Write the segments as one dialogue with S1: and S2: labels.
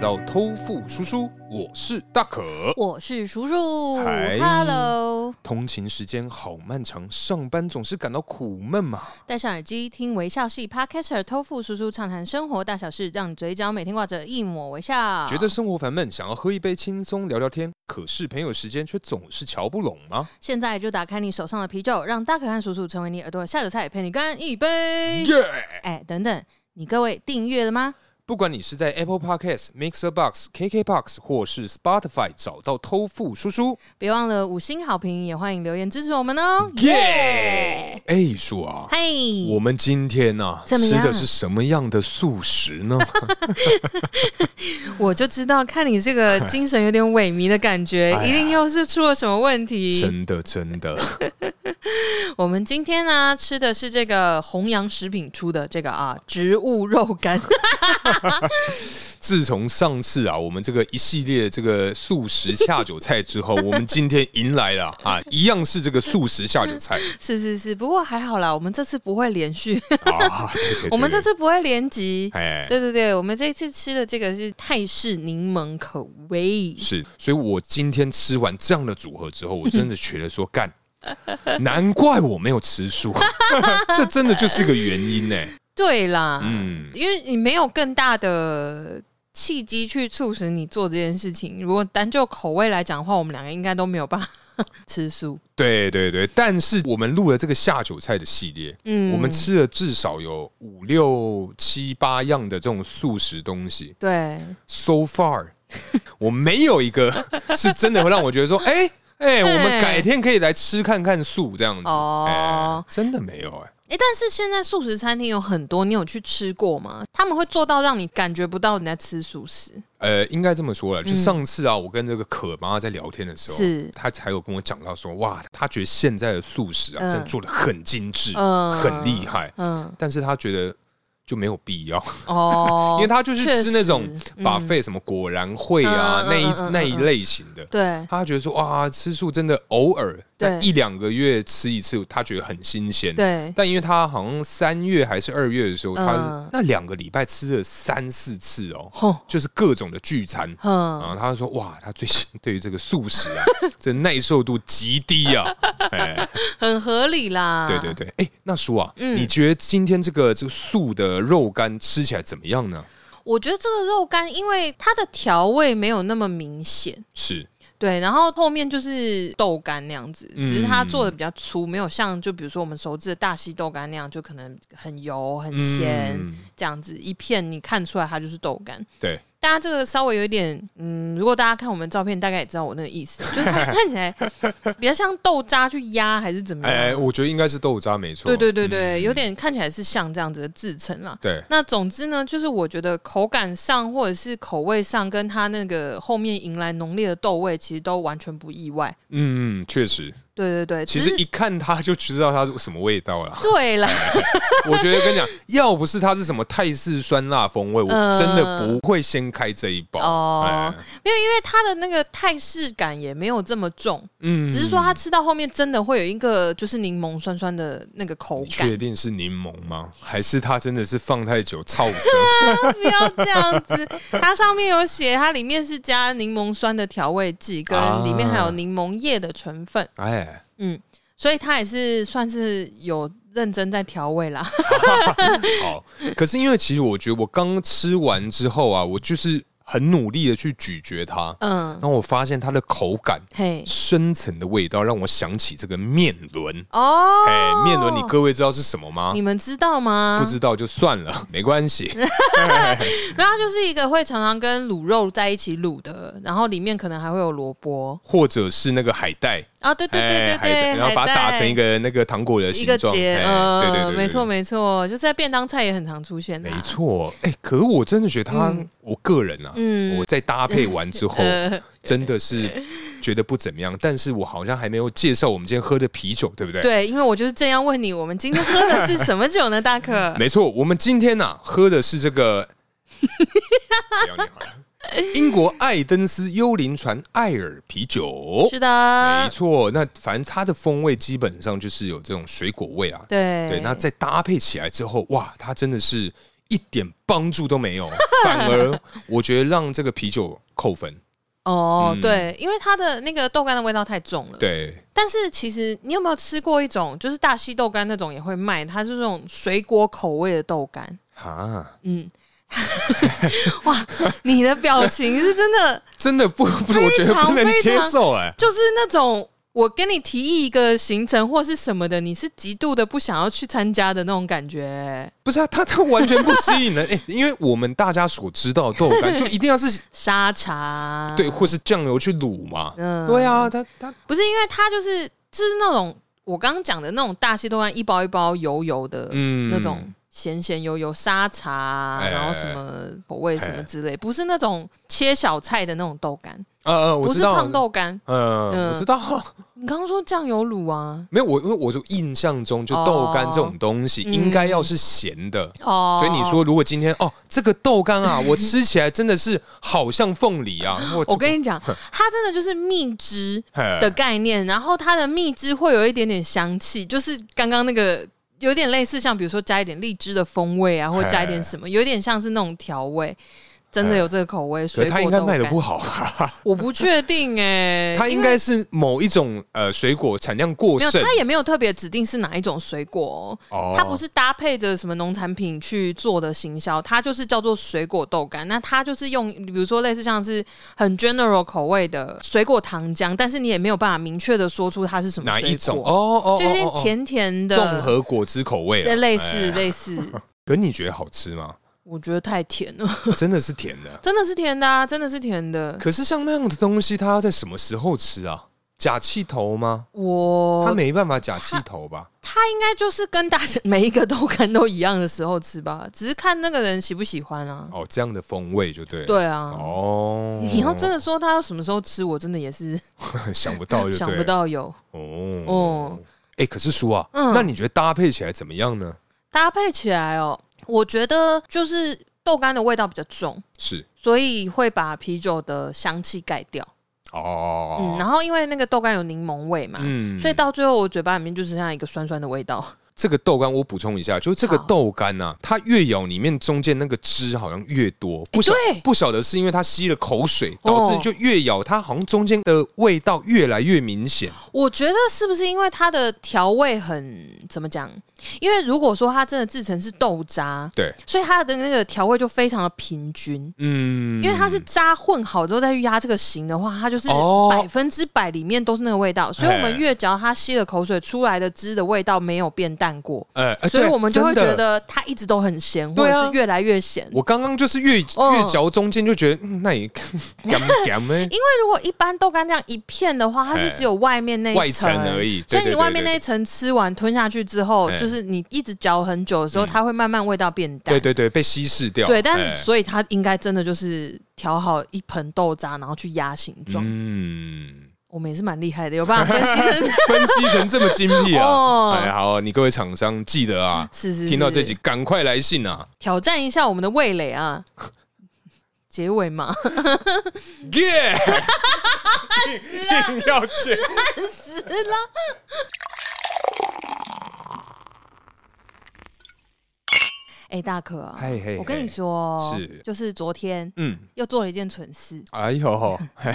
S1: 到偷富叔叔，我是大可。
S2: 我是叔叔
S1: 嗨
S2: ，Hello，
S1: 通勤时间好漫长，上班总是感到苦闷嘛。
S2: 戴上耳机听微笑系 Podcaster 偷富叔叔畅谈生活大小事，让嘴角每天挂着一抹微笑。
S1: 觉得生活烦闷，想要喝一杯轻松聊聊天，可是朋友时间却总是瞧不拢吗？
S2: 现在就打开你手上的啤酒，让大可和叔叔成为你耳朵的下酒菜，陪你干一杯。
S1: 耶、
S2: 哎、等等，你各位订阅了吗？
S1: 不管你是在 Apple Podcast、Mixer Box、KK Box 或是 Spotify 找到偷富叔叔，
S2: 别忘了五星好评，也欢迎留言支持我们哦。
S1: 耶！哎，叔啊，
S2: 嘿
S1: 嗯我，们今天呢、啊、
S2: 怎么
S1: 吃
S2: 样
S1: 的是什么样的素食 呢？
S2: 我就知道，看你这个精神有点萎靡的感 觉，
S1: 哎呀
S2: 一定又是出了什么问题。
S1: 真的，真的，
S2: 我们今天呢、吃的是这个弘扬食品出的这个啊植物肉干，
S1: 自从上次啊，我们这个一系列这个素食下酒菜之后，我们今天迎来了 啊，一样是这个素食下酒菜
S2: 是是是，不过还好啦，我们这次不会连续，
S1: 啊。对对对，
S2: 我们这次不会 连集。
S1: 哎，
S2: 对对对，我们这一次吃的这个是泰式柠檬口味，
S1: 是，所以我今天吃完这样的组合之后，我真的觉得说 干。难怪我没有吃素， 这真的就是个原因呢、
S2: 对啦，
S1: 嗯，
S2: 因为你没有更大的契机去促使你做这件事情。如果单就口味来讲的话，我们两个应该都没有办法 吃素。
S1: 对对对。但是我们录了这个下酒菜的系列，
S2: 嗯
S1: 我们吃了至少有五六七八样的这种素食东西。
S2: 对
S1: So far，我 没有一个是真的会让我觉得说，哎、哎、我们改天可以来吃看看素这样子。
S2: 哦
S1: 哎真的没有哎、
S2: 哎、但是现在素食餐厅有很多，你有去吃过吗？他们会做到让你感觉不到你在吃素食。
S1: 呃，应该这么说了，就上次啊，我跟这个可妈在聊天的时候，
S2: 嗯是
S1: 她才有跟我讲到说，哇，她觉得现在的素食啊，
S2: 嗯
S1: 真的做的很精致，
S2: 嗯
S1: 很厉害，
S2: 嗯，
S1: 但是她觉得就没有必要，
S2: 哦，
S1: 因为她就是
S2: 确
S1: 吃
S2: 实
S1: 那种
S2: 嗯
S1: buffet 什么果然会啊、
S2: 嗯嗯
S1: 那一、
S2: 嗯嗯
S1: 那一类型的，
S2: 对，
S1: 他觉得说哇，吃素真的偶尔
S2: 对
S1: 在一两个月吃一次，他觉得很新鲜。
S2: 对
S1: 但因为他好像三月还是二月的时候，他
S2: 嗯
S1: 那两个礼拜吃了三四次哦，
S2: 吼，
S1: 就是各种的聚餐。然
S2: 嗯，
S1: 后他就说：“哇，他最近对于这个素食 啊，这耐受度极低啊！
S2: 嗯
S1: 哎，
S2: 很合理啦。
S1: 对对，对，哎，那叔啊，
S2: 嗯
S1: 你觉得今天这个这个素的肉干吃起来怎么样呢？
S2: 我觉得这个肉干，因为它的调味没有那么明显，
S1: 是
S2: 对，然后后面就是豆干那样子，
S1: 嗯
S2: 只是它做的比较粗，没有像就比如说我们熟知的大溪豆干那样，就可能很油很鲜、
S1: 嗯
S2: 这样子，一片你看出来它就是豆干。
S1: 对，
S2: 大家这个稍微有一点，嗯，如果大家看我们照片，大概也知道我那个意 思，就是它看起来比较像豆渣去压还是怎么样？
S1: 哎，我觉得应该是豆渣没错。嗯
S2: 对对对对，有点看起来是像这样子的制成啦。
S1: 对，
S2: 那总之呢，就是我觉得口感上或者是口味上，跟它那个后面迎来浓烈的豆味，其实都完全不意外。
S1: 嗯，嗯确实，
S2: 对对对，
S1: 其
S2: 只
S1: 实
S2: 是。
S1: 一看它就知道它是什么味道了
S2: 对啦，
S1: 我觉得跟你讲，要不是它是什么泰式酸辣风味，我
S2: 嗯
S1: 真的不会先开这一包。
S2: 哦
S1: 哎，
S2: 没有，因为它的那个泰式感也没有这么重，
S1: 嗯
S2: 只是说它吃到后面真的会有一个就是柠檬酸酸的那个口
S1: 你确
S2: 感。
S1: 定是柠檬吗？还是它真的是放太久操死？
S2: 不 要这样 子，它上面有写，它里面是加柠檬酸的调味剂，跟
S1: 啊
S2: 里面还有柠檬叶的成分，
S1: 哎，
S2: 嗯，所以它也是算是有认真在调味啦。
S1: 好。可是因为其实我觉得我刚吃完之后啊，我就是很努力的去咀嚼它，
S2: 嗯
S1: 然，后我发现它的口感
S2: 嘿，
S1: 深层的味道让我想起这个面轮。
S2: 哦，
S1: 哎，面轮，你各位知道是什么吗？
S2: 你们知道吗？
S1: 不知道就算了， 没关 系。
S2: 没有，它就是一个会常常跟卤肉在一起卤的，然后里面可能还会有萝卜
S1: 或者是那个海带，
S2: 啊，对对对对
S1: 哎海带
S2: 对，
S1: 然后把它打成一
S2: 个
S1: 个那个糖果的
S2: 一
S1: 形
S2: 个
S1: 状，
S2: 结，
S1: 哎
S2: 呃，
S1: 对对对，对
S2: 没错。没错，就在便当菜也很常出现啊的，
S1: 没，错，哎、可是我真的觉得它，
S2: 嗯
S1: 我个人啊，
S2: 嗯
S1: 我，在搭配完 之后，
S2: 呃，
S1: 真的是觉得不怎么样。但是我好像还没有介绍我们今天喝的啤酒，对不对？，
S2: 对，因为我就是正要问你，我们今天喝的是什么酒呢，大可？
S1: 没错，我们今天呢、啊、喝的是这个， 不要念好了英国艾登斯幽灵船艾尔啤酒。
S2: 是
S1: 没
S2: 的，
S1: 错，那反正它的风味基本上就是有这种水果味啊，
S2: 对
S1: 对，那再搭配起来之后，哇，它真的是一点帮助都没有，反而 我觉得让这个啤酒扣分。
S2: 哦，
S1: 嗯
S2: 对，因为它的那个豆干的味道太重了。
S1: 对，
S2: 但是其实你有没有吃过一种，就是大溪豆干那种也会卖，它是这种水果口味的豆干。
S1: 哈，
S2: 嗯， 哇，你的表情是真的，
S1: 真的不不 是，我觉得不能接受哎、
S2: 就是那种我跟你提议一个行程或是什么的，你是极度的不想要去参加的那种感觉、
S1: 不是啊，它它完全不吸引人 哎、因为我们大家所知道的豆干就一定要 是
S2: 沙茶，
S1: 对，或是酱油去卤嘛，
S2: 嗯
S1: 对啊，它它
S2: 不是因为它就是就是那种我刚刚讲的那种大西豆干一包一包油油的
S1: 嗯
S2: 那种咸咸油油沙茶啊，
S1: 哎
S2: 然后什么口味什么之类，不是那种切小菜的那种豆干，
S1: 呃呃，我
S2: 不
S1: 知
S2: 是
S1: 道，
S2: 胖豆干。
S1: 嗯，
S2: 嗯
S1: 我知道，
S2: 你刚刚说酱油卤啊，
S1: 没有我，因为我就印象中就豆干这种东西
S2: 嗯
S1: 应该要是咸的，
S2: 哦，
S1: 所以你说如果今天哦这个豆干 啊，我吃起来真的是好像凤梨啊，我
S2: 哦我跟 你讲，它真的就是蜜汁
S1: 的
S2: 的概念，然后它的蜜汁会有一点点香气，就是刚刚那个有点类似像比如说加一点荔枝的风味啊，或加一点什么，有点像是那种调味，真的有这个口味。
S1: 可
S2: 水
S1: 是
S2: 果
S1: 它应该
S2: 豆
S1: 卖的
S2: 干
S1: 不好 吧？
S2: 我不确定哎、
S1: 它应
S2: 因为
S1: 该是某一种呃水果产量过
S2: 没有，
S1: 剩
S2: 它也没有特别指定是哪一种水果、哦。
S1: 哦
S2: 它不是搭配着什么农产品去做的行销，它就是叫做水果豆干。那它就是用，比如说类似像是很 general 口味的水果糖浆，但是你也没有办法明确的说出它是什么
S1: 哪
S2: 水果
S1: 一种哦哦哦，哦
S2: 就是
S1: 哦
S2: 甜甜的
S1: 综合果汁口味
S2: 对，
S1: 啊，
S2: 类
S1: 哎
S2: 似 类似。
S1: 可你觉得好吃吗？
S2: 我觉得太甜了，
S1: 真的是甜的。
S2: 真的是甜的啊，真的是甜的。
S1: 可是像那样的东西，它要在什么时候吃啊？假气头吗？它
S2: 我
S1: 没办法假气头吧？
S2: 它应该就是跟大家每一个豆干都一样的时候吃吧，只是看那个人喜不喜欢啊。
S1: 哦，这样的风味就对了。
S2: 对啊，
S1: 哦，
S2: 你要真的说他要什么时候吃，我真的也是
S1: 想不 到就对了
S2: 想不到有
S1: 哦哦
S2: 哦。
S1: 哎、可是叔啊，
S2: 嗯
S1: 那你觉得搭配起来怎么样呢？
S2: 搭配起来哦。我觉得就是豆干的味道比较重，
S1: 是
S2: 所以会把啤酒的香气盖掉。嗯，
S1: 哦，
S2: 然后因为那个豆干有柠檬味嘛，
S1: 嗯
S2: 所以到最后我嘴巴里面就只剩下一个酸酸的味道。
S1: 这个豆干我补充一下，就是这个
S2: 好
S1: 豆干呐、它越咬里面中间那个汁好像越多，不晓、
S2: 哎对哦
S1: 不晓得是因为它吸了口水，导致就越咬它好像中间的味道越来越明显。
S2: 我觉得是不是因为它的调味很怎么讲？因为如果说它真的制成是豆渣，
S1: 对，
S2: 所以它的那个调味就非常的平均。
S1: 嗯，
S2: 因为它是渣混好之后再去压这个型的话，它就是
S1: 哦
S2: 百分之百里面都是那个味道，所以我们
S1: 嘿
S2: 越嚼它吸了口水出来的汁的味道没有变淡过，
S1: 呃，呃
S2: 所以
S1: 对
S2: 我们就会
S1: 真的
S2: 觉得它一直都很咸，或
S1: 对啊
S2: 者是越来越咸。因
S1: 我刚刚就是越
S2: 嗯
S1: 越嚼中间就觉得，嗯、那也 干干哎呗，
S2: 为如果一般豆干这样一片的话，它是
S1: 嘿
S2: 只有外面那
S1: 哎外
S2: 一
S1: 层而已。
S2: 所
S1: 对
S2: 以你
S1: 对
S2: 外
S1: 对
S2: 面
S1: 对
S2: 那一层吃完吞下去之后
S1: 嘿，
S2: 就是你一直嚼很久的时候，
S1: 嗯
S2: 它会慢慢味道变淡。
S1: 对对对被稀释掉。
S2: 对，但
S1: 哎
S2: 是所以它应该真的就是调好一盆豆渣，然后去压形状。
S1: 嗯，
S2: 我们也是蛮厉害的，有办法分 析成
S1: 分析成这么精辟啊！
S2: 哦
S1: 哎，好啊，你各位厂商记得啊，
S2: 是是是
S1: 听到这集赶快来信啊！
S2: 挑战一下我们的味蕾啊。结尾嘛，
S1: 耶、硬要接，
S2: 哎、大可啊，
S1: 嘿嘿
S2: 我跟
S1: 嘿
S2: 你说，
S1: 是
S2: 就是昨天
S1: 嗯，
S2: 又做了一件蠢事，
S1: 哎呦，嘿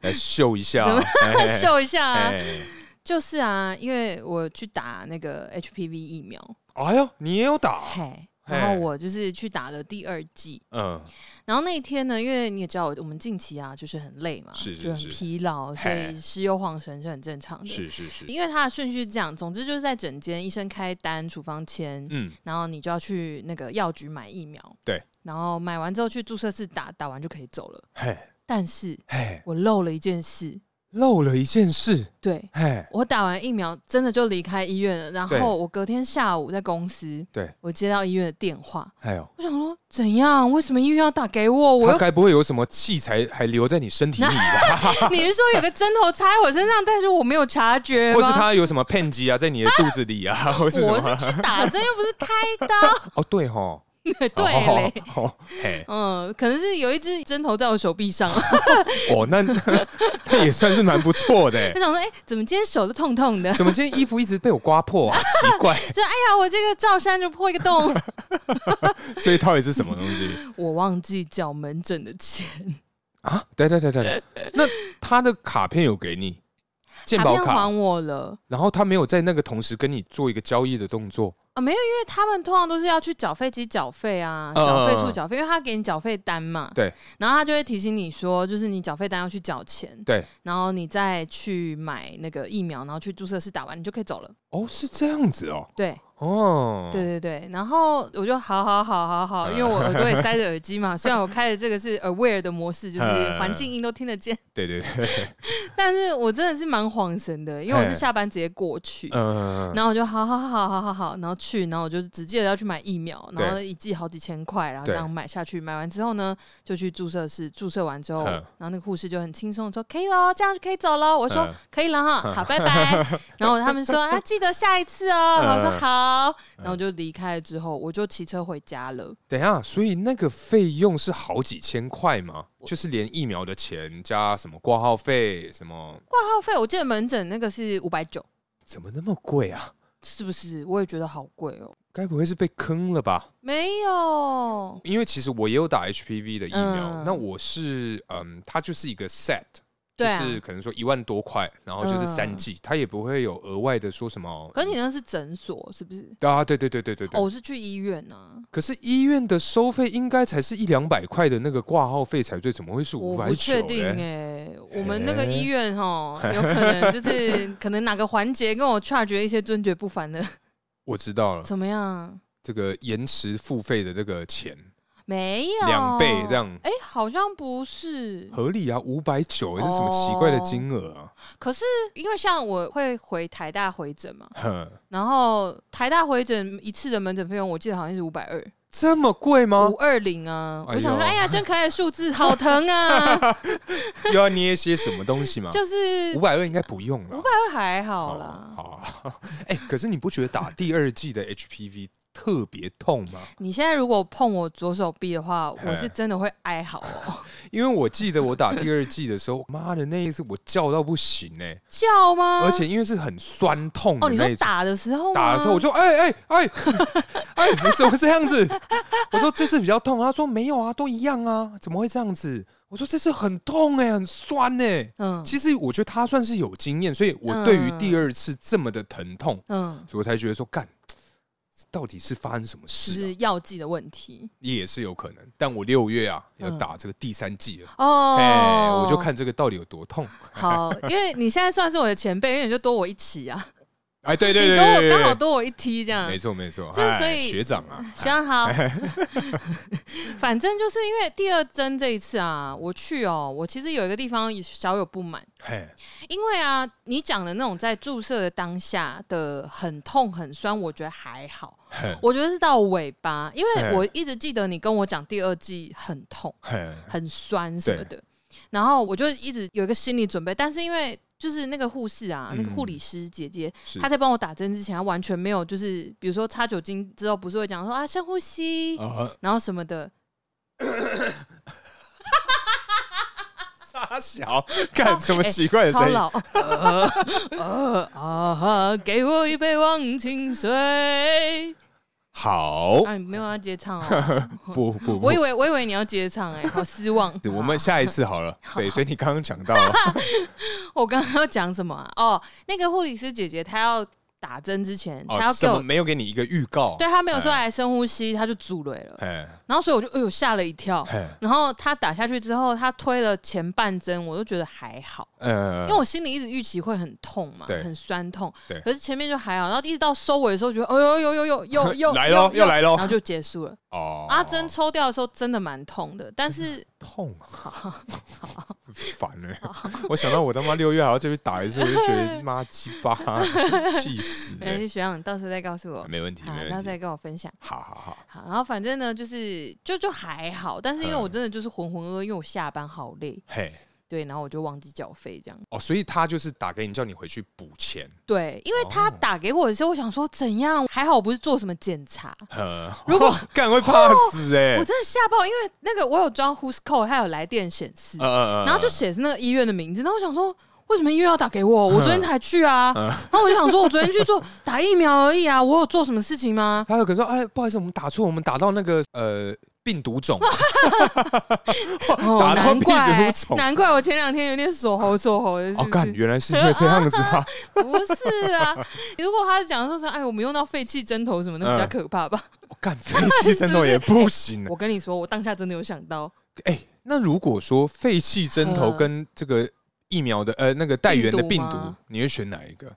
S1: 来秀一下啊，哎嘿
S2: 秀一下、啊，
S1: 嘿
S2: 就是啊，因为我去打那个 HPV 疫苗，
S1: 哎呦，你也有打？
S2: 嘿，
S1: 嘿
S2: 然后我就是去打了第二剂，
S1: 嗯，
S2: 然后那一天呢，因为你也知道，我们近期啊就是很累嘛，
S1: 是是
S2: 就
S1: 是
S2: 很疲劳，所
S1: 嘿
S2: 以湿又晃神是很正常的。
S1: 是是是，
S2: 因为它的顺序是这样，总之就是在诊间，医生开单，处方签，
S1: 嗯，
S2: 然后你就要去那个药局买疫苗，
S1: 对，
S2: 然后买完之后去注射室打，打完就可以走了。
S1: 嘿，
S2: 但是
S1: 嘿，
S2: 我漏了一件事，
S1: 漏了一件事，
S2: 对
S1: 嘿，
S2: 我打完疫苗真的就离开医院了，然
S1: 对
S2: 后我隔天下午在公司，
S1: 对，
S2: 我接到医院的电话，
S1: 还有。
S2: 我想说怎样？为什么医院要打给我？我
S1: 他
S2: 又
S1: 该不会有什么器材还留在你身体里 吧？
S2: 你是说有个针头插在我身上，但是我没有察觉
S1: 或是
S2: 吗？
S1: 他有什么片机啊，在你的肚子里啊，或是什
S2: 我
S1: 么？
S2: 是去打针，又不是开刀。
S1: 哦，对吼，
S2: 对嘞，
S1: 哦，哦嘿，
S2: 嗯，可能是有一只针头在我手臂上，
S1: 哦，那那也算是蛮不错的
S2: 我
S1: 欸。
S2: 想说，哎、怎么今天手都痛痛的？
S1: 怎么今天衣服一直被我刮破啊？奇怪，
S2: 就哎呀，我这个罩衫就破一个洞，
S1: 所以到底是什么东西
S2: 我忘记缴门诊的钱，
S1: 啊？对对对对对，那他的卡片有给你健保
S2: 卡片
S1: 卡
S2: 还，我了。
S1: 然后他没有在那个同时跟你做一个交易的动作，
S2: 啊，没有，因为他们通常都是要去缴费机缴费啊，
S1: 嗯
S2: 缴费处
S1: 嗯嗯
S2: 缴费，因为他给你缴费单嘛。
S1: 对。
S2: 然后他就会提醒你说，就是你缴费单要去缴钱，
S1: 对，
S2: 然后你再去买那个疫苗，然后去注册室打完，你就可以走了。
S1: 哦，是这样子哦，
S2: 对，
S1: 哦，
S2: 对对对。然后我就好好好 好好，因为我耳朵也塞着耳机嘛，虽 然我开的这个是 aware 的模式， 就是
S1: 嗯嗯嗯
S2: 环境音都听得见，
S1: 对对对，
S2: 但是我真的是蛮恍神的，因为我是
S1: 嘿
S2: 下班直接过去。
S1: 嗯，
S2: 然后我就好好好好好好好，然后去，然后我就直接要去买疫苗，
S1: 对
S2: 然后一剂好几千块，然后这
S1: 对
S2: 样买下去，买完之后呢，就去注射室，注射完之后，
S1: 嗯
S2: 然后那个护士就很轻松的说可以咯，这样就可以走咯。我说、
S1: 嗯
S2: 可以了哈，好，拜 拜。然后他们说啊，记得下一次哦。然后我说
S1: 嗯
S2: 好，然后我就离开了之后，我就骑车回家了。
S1: 等一下，所以那个费用是好几千块吗？就是连疫苗的钱加什么挂号费什么，
S2: 挂号费我记得门诊那个是五百九，
S1: 怎么那么贵啊？
S2: 是不是？我也觉得好贵哦。
S1: 该不会是被坑了吧？
S2: 没有，
S1: 因为其实我也有打 HPV 的疫苗，
S2: 嗯
S1: 那我是嗯，它就是一个 set，、就
S2: 对啊
S1: 是可能说一万多块，然后就是三
S2: 嗯
S1: 剂，它也不会有额外的说什么。
S2: 可是你那是诊所是不是？
S1: 啊，对对对对对对。
S2: 哦，我是去医院啊。
S1: 可是医院的收费应该才是一两百块的那个挂号费才对，怎么会是五
S2: 我
S1: 百
S2: 不
S1: 九
S2: 确定
S1: 嘞？
S2: 哎、我们那个医 院哈，有可能就是可能哪个环节跟我 charge 了一些尊爵不凡 的，
S1: 我知道了，
S2: 怎么样？
S1: 这个延迟付费的这个钱
S2: 没有
S1: 两倍这？样
S2: 哎、好像不是。
S1: 合理啊，五百
S2: 哦
S1: 九这是什么奇怪的金额啊？
S2: 可是因为像我会回台大回诊嘛，
S1: 哼，
S2: 然后台大回诊一次的门诊费用，我记得好像是五百二。
S1: 这么贵吗
S2: 五？二零啊！
S1: 哦哎呦
S2: 我想说，哎呀，真可爱的数字，好 疼啊！
S1: 又要捏些什么东西吗？
S2: 就是
S1: 五百二应该不用了，
S2: 还好
S1: 了，
S2: 啦。
S1: 好 啊，哎、可是你不觉得打第二季的 HPV 特别痛吗？
S2: 你现在如果碰我左手臂的话，
S1: 嘿
S2: 我是真的会哀嚎哦，
S1: 因为我记得我打第二季的时候， 妈的那一次我叫到不行哎、
S2: 叫吗？
S1: 而且因为是很酸痛
S2: 啊哦，
S1: 的
S2: 你
S1: 嗯那
S2: 说
S1: 一种。
S2: 打的时候吗，
S1: 打的时候我就哎哎哎哎，你怎么这样子？ 我说这次比较痛，他说没有啊，都一样啊，怎么会这样子？我说这次很痛哎、很酸哎、
S2: 嗯
S1: 其实我觉得他算是有经验，所以我对于第二次这么的疼痛，
S2: 嗯，
S1: 所以我才觉得说干，到底是发生什么
S2: 就
S1: 事、啊
S2: 是？药剂的问题
S1: 也是有可能。但我六月啊要
S2: 嗯
S1: 打这个第三季了，
S2: 哦。
S1: 哎、我就看这个到底有多痛。
S2: 好，因为你现在算是我的前辈，因为你就多我一期啊，
S1: 哎，对 对
S2: 你
S1: 对
S2: 多我
S1: 对
S2: 刚好
S1: 对
S2: 多我一梯这样
S1: 没。错没错，
S2: 所以
S1: 哎
S2: 所以
S1: 学长啊，
S2: 学长 好， 反正就是因为第二针这一次啊，我去哦，我其实有一个地方小有不满，
S1: 嘿，
S2: 因为啊，你讲的那种在注射的当下的很痛很酸，我觉得还好，
S1: 嘿
S2: 我觉得是到尾巴，因为
S1: 嘿
S2: 我一直记得你跟我讲第二季很痛，
S1: 嘿，
S2: 很酸什么的。然后我就一直有一个心理准备，但是因为就是那个护士啊，
S1: 嗯
S2: 那个护理师姐姐，
S1: 是
S2: 她在帮我打针之前，她完全没有就是比如说擦酒精之后，不是会讲说啊深呼吸，
S1: 啊，
S2: 然后什么的，
S1: 傻小， 干什么奇怪的
S2: 哎超
S1: 声音？
S2: 老。呃呃 啊，给我一杯忘情水。
S1: 好，
S2: 啊，你没有要接唱 哦，
S1: 不不不
S2: 我以，为我以为你要接 唱哎、好失望。
S1: 对我们下一次好了。对，所以你刚刚讲到了，
S2: 我刚刚要讲什么啊？哦，那个护理师姐姐她要打针之前，她
S1: 哦，
S2: 要给
S1: 怎
S2: 我
S1: 么没有给你一个预告？
S2: 对他没有说来深呼吸，他就阻雷了。
S1: 哦哎嘿，
S2: 然后所以我就哎呦吓了一跳。
S1: 嘿，
S2: 然后他打下去之后，他推了前半针，我都觉得还好，
S1: 呃
S2: 因为，我心里一直预期会很痛嘛，
S1: 对
S2: 很酸痛
S1: 对。
S2: 可是前面就还好，然后一直到收尾的时候，觉得哎呦呦呦呦 又又
S1: 来咯又来咯
S2: 然后就结束了。
S1: 哦，
S2: 阿珍抽掉的时候真的蛮痛的，但是
S1: 痛 啊，烦哎！我想到我他妈六月还要再去打一次， 我就觉得妈鸡巴，气死
S2: 没关
S1: 欸！
S2: 哎
S1: 啊
S2: 系，学长，你到时候再告诉我，
S1: 没问题，
S2: 好，
S1: 没
S2: 到时候
S1: 问
S2: 再
S1: 题，
S2: 跟我分享。
S1: 好好好，
S2: 好，然后反正呢，就是就就还好，但是因为
S1: 嗯
S2: 我真的就是浑浑噩噩，因为我下班好累，
S1: 嘿，
S2: 对，然后我就忘记缴费这样。
S1: 哦，所以他就是打给你，叫你回去补钱。
S2: 对，因为他
S1: 哦
S2: 打给我的时候，我想说怎样，还好不是做什么检查，
S1: 呃，
S2: 如果
S1: 干会怕死哎、
S2: 我真的吓爆，因为那个我有装 Who's Call，它有来电显示，
S1: 呃呃呃
S2: 然后就显示那个医院的名字，然后我想说。为什么医院要打给我？我昨
S1: 嗯
S2: 天才去啊，然后我就想说，我昨天去做打疫苗而已啊，我有做什么事情吗？
S1: 他有可能说，哎，不好意思，我们打错，我们打到那个呃病毒种，
S2: 哦，
S1: 打到
S2: 难
S1: 病
S2: 怪
S1: 毒种。
S2: 难怪我前两天有点锁喉锁喉的，是不
S1: 哦，
S2: 是
S1: 干，原来是因为这样子 啊！
S2: 不是啊，如果他讲说说，哎，我们用到废弃针头什么的，那比较
S1: 嗯
S2: 可怕吧？
S1: 哦干，分析针头也不行 啊
S2: 我跟你说，我当下真的有想到，
S1: 哎、那如果说废弃针头
S2: 嗯
S1: 跟这个疫苗的呃那个带源的
S2: 病
S1: 病
S2: 毒
S1: 毒，
S2: 吗
S1: 你会选哪一个？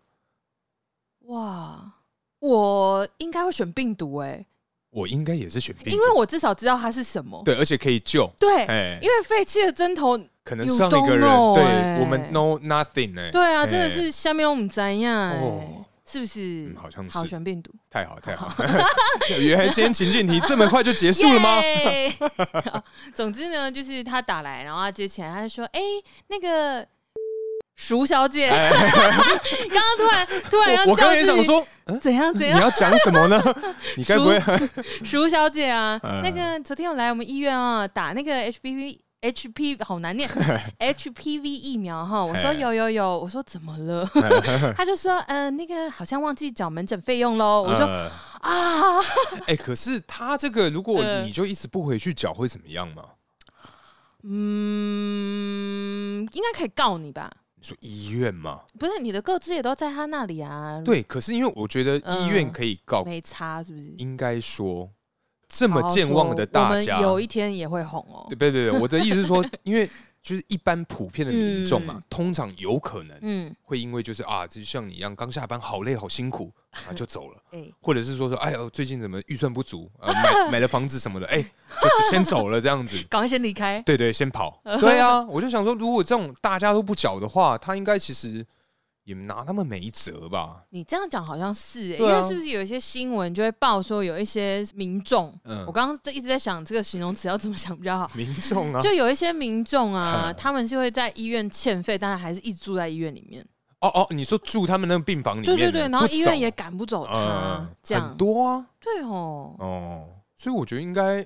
S2: 哇，我应该会选病毒哎、
S1: 我应该也是选病毒，
S2: 因为我至少知道它是什么。
S1: 对，而且可以救。
S2: 对，
S1: 哎、
S2: 因为废弃的针头，
S1: 可能
S2: you
S1: 上一个人
S2: don't know，
S1: 对
S2: 哎
S1: 我们 know nothing 哎、
S2: 对啊，
S1: 哎
S2: 真的是下面我们怎样哎、
S1: 哦
S2: 是不是？
S1: 嗯好像是
S2: 好选病毒，
S1: 太好太好！ 原来今天情境题这么快就结束了 吗？
S2: 耶？好总之呢，就是他打来，然后他接起来，他就说：“哎、那 个 鼠小姐，
S1: 哎，
S2: 刚刚突然突然要
S1: 我我刚
S2: 叫
S1: 刚也
S2: 自
S1: 想
S2: 己
S1: 说，嗯，
S2: 怎样怎
S1: 你
S2: 样，
S1: 要讲什么 呢？你该不会
S2: 鼠小姐啊，
S1: 嗯
S2: 那个昨天有来我们医院啊，打那个 HPV。HP 好难念，HPV 疫苗哈，我说
S1: 嘿
S2: 有有有，我说怎么了？ 他就说呃，那个好像忘记缴门诊费用喽。我说
S1: 呃
S2: 啊，
S1: 哎，可是他这个，如果
S2: 嗯
S1: 你就一直不回去缴，会怎么样吗？
S2: 嗯，应该可以告你吧？
S1: 你说医院吗？
S2: 不是你的个资也都在他那里啊，，
S1: 对，可是因为我觉得医院
S2: 嗯
S1: 可以告，
S2: 没差是不是？
S1: 应该说这
S2: 这
S1: 么健忘的大
S2: 我
S1: 家，
S2: 们有一天也会红哦
S1: 对。对对，对我的意思是 说，因为就是一般普遍的民众嘛，通常有可能
S2: 嗯，
S1: 会因为就是啊，就像你一样刚下班好累好辛 苦啊就走了，
S2: 哎，
S1: 或者是说说哎呦最近怎么预算不足，呃 买买了房子什么的，哎就先走了这样子。
S2: 赶快先离开。
S1: 对对，先 跑。对啊，我就想说，如果这种大家都不缴的话，他应该其实也拿他们没辙吧？
S2: 你这样讲好像是、欸，因
S1: 对啊
S2: 为是不是有一些新闻就会报说有一些民众，
S1: 嗯
S2: 我，刚刚在一直在想这个形容词要怎么想比较好，
S1: 民众 啊，
S2: 就有一些民众啊，
S1: 嗯
S2: 他们是会在医院欠费，但是还是一直住在医院里面，
S1: 哦哦，你说住他们那个病房里
S2: 对
S1: 面，
S2: 对对，然后
S1: 不
S2: 医院
S1: 走啊
S2: 也赶不走他，
S1: 嗯
S2: 这样
S1: 很多啊，
S2: 对哦，
S1: 哦，所以我觉得应该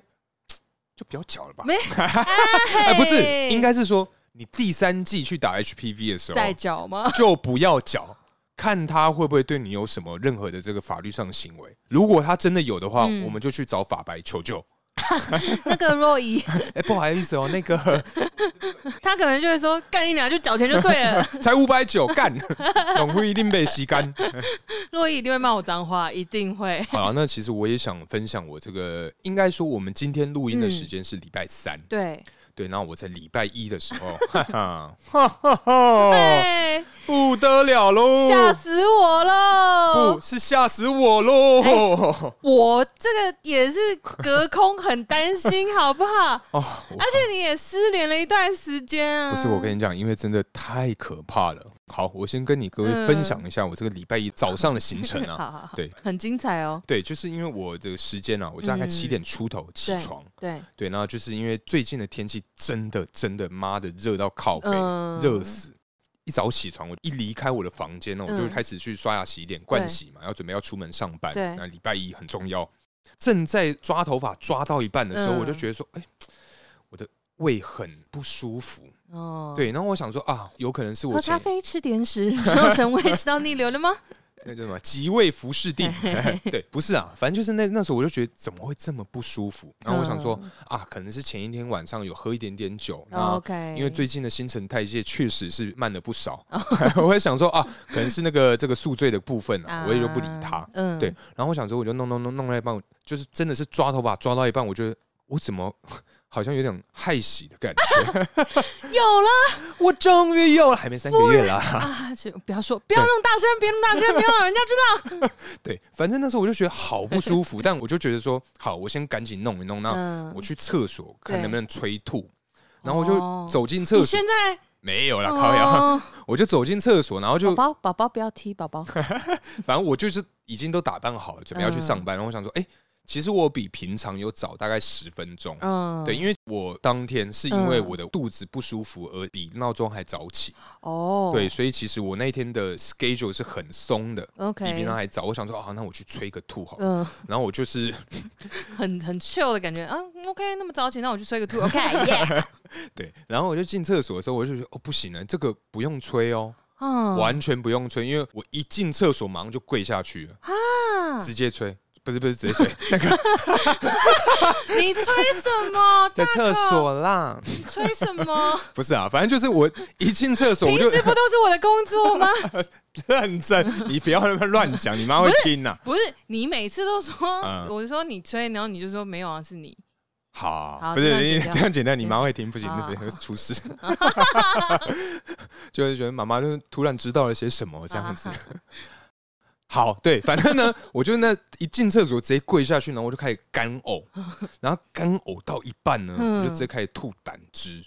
S1: 就不要缴了吧？
S2: 没
S1: 哎，不是，
S2: 嘿
S1: 应该是哦说你第三季去打 HPV 的时候
S2: 在缴吗？
S1: 就不要缴，看他会不会对你有什么任何的这个法律上的行为。如果他真的有的话，
S2: 嗯
S1: 我们就去找法白求救。
S2: 那个若仪，
S1: 哎，不好意思哦，那个
S2: 他可能就会说干你俩就缴钱就对了，
S1: 才五百九，干，总会一定被吸干。
S2: 若仪一定会骂我脏话，一定会，
S1: 好、啊，那其实我也想分享我这个，应该说我们今天录音的时间是礼拜三，
S2: 对，
S1: 对，然后我在礼拜一的时候，哈哈，哈哈哈，
S2: 哎、
S1: 哦不得了喽，
S2: 吓死我了
S1: 不！是吓死我喽！
S2: 我这个也是隔空很担心，好不好？
S1: 哦，
S2: 而且你也失联了一段时间啊！
S1: 不是我跟你讲，因为真的太可怕了。好，我先跟你各位分享一下我这个礼拜一早上的行程啊。
S2: 嗯好好好，
S1: 对
S2: 很精彩哦。
S1: 对，就是因为我的时间啊，我大概
S2: 嗯
S1: 七点出头起
S2: 对
S1: 床。
S2: 对，
S1: 对，然后就是因为最近的天气真的真的妈的热到靠背，
S2: 嗯
S1: 热死。一早起床，我一离开我的房间哦呢，我就
S2: 嗯
S1: 开始去刷牙、洗脸、盥洗嘛，要准备要出门上班。
S2: 对
S1: 那礼拜一很重要。正在抓头发抓到一半的时候，
S2: 嗯
S1: 我就觉得说，哎，我的胃很不舒服。
S2: 哦，
S1: 对，然后我想说啊，有可能是我
S2: 喝咖
S1: 前
S2: 啡、吃甜食， 造成胃食道逆流 了吗？
S1: 那叫什么即位服侍 定， 对，不是啊，反正就是那那时候我就觉得怎么会这么不舒服？然后我想说
S2: 嗯
S1: 啊，可能是前一天晚上有喝一点点
S2: 哦
S1: 酒，然后
S2: OK，
S1: 啊因为最近的新陈代谢确实是慢了不少，
S2: 哦
S1: 我会想说啊，可能是那个这个宿醉的部分啊，我也就不理他
S2: 啊。嗯
S1: 对，，然后我想说，我就弄弄弄弄到一半，我就是真的是抓头发抓到一半，我觉得我怎么好像有点害喜的感 觉，
S2: 有了
S1: 我终于有了，还没三个月啦。
S2: 啊！是不要说，不要弄大声，别 弄大声，不要让人家知道。
S1: 对，反正那时候我就觉得好不舒服，但我就觉得说，好，我先赶紧弄一弄，那
S2: 嗯
S1: 啊我，去厕所看能不能催吐。然后我
S2: 哦
S1: 就走进
S2: 你
S1: 厕所，
S2: 现在
S1: 没有啦，靠呀！
S2: 哦，
S1: 我就走进厕所，然后
S2: 宝
S1: 就
S2: 宝宝宝不要踢宝宝，嗯
S1: 反正我就是已经都打扮好了，准备要去上班。然后我想说，哎，其实我比平常有早大概十分钟。
S2: 嗯，
S1: 对，因为我当天是因为
S2: 嗯
S1: 我的肚子不舒服而比闹钟还早起，
S2: 哦，
S1: 对，所以其实我那一天的 schedule 是很松的，比平
S2: ，OK，
S1: 常还早。我想说啊，那我去吹个吐好了，
S2: 嗯，
S1: 然后我就是
S2: 很很 chill 的感觉，嗯，OK，那么早起，那我去吹个吐，OK，耶，
S1: 对，然后我就进厕所的时候，我就觉得哦不行了，这个不用吹哦，
S2: 嗯，
S1: 完全不用吹，因为我一进厕所马上就跪下去了，
S2: 啊
S1: 直接吹，不是不是直 接吹，
S2: 你吹什 么？
S1: 在厕所啦，
S2: 你吹什么？
S1: 不是啊，反正就是我一进厕 所我
S2: 平
S1: 就
S2: 时不都是我的工作吗？
S1: 认真，你不要那么乱讲，你妈会听呐、啊
S2: 不是，你每次都说，
S1: 嗯
S2: 我说你吹，然后你就说没有啊，是你。
S1: 好，
S2: 好
S1: 不
S2: 这
S1: 是
S2: 样
S1: 因为
S2: 剪掉
S1: 这样简单，你妈会听不行，
S2: 好
S1: 那
S2: 好
S1: 会出事。 就是觉得妈妈就是突然知道了些什么这样子。
S2: 啊
S1: 好，对，反正呢，我就那一进厕所直接跪下去，然后我就开始干 呕，然后干呕到一半呢，
S2: 嗯
S1: 我
S2: 啊
S1: 就直接开始吐胆汁，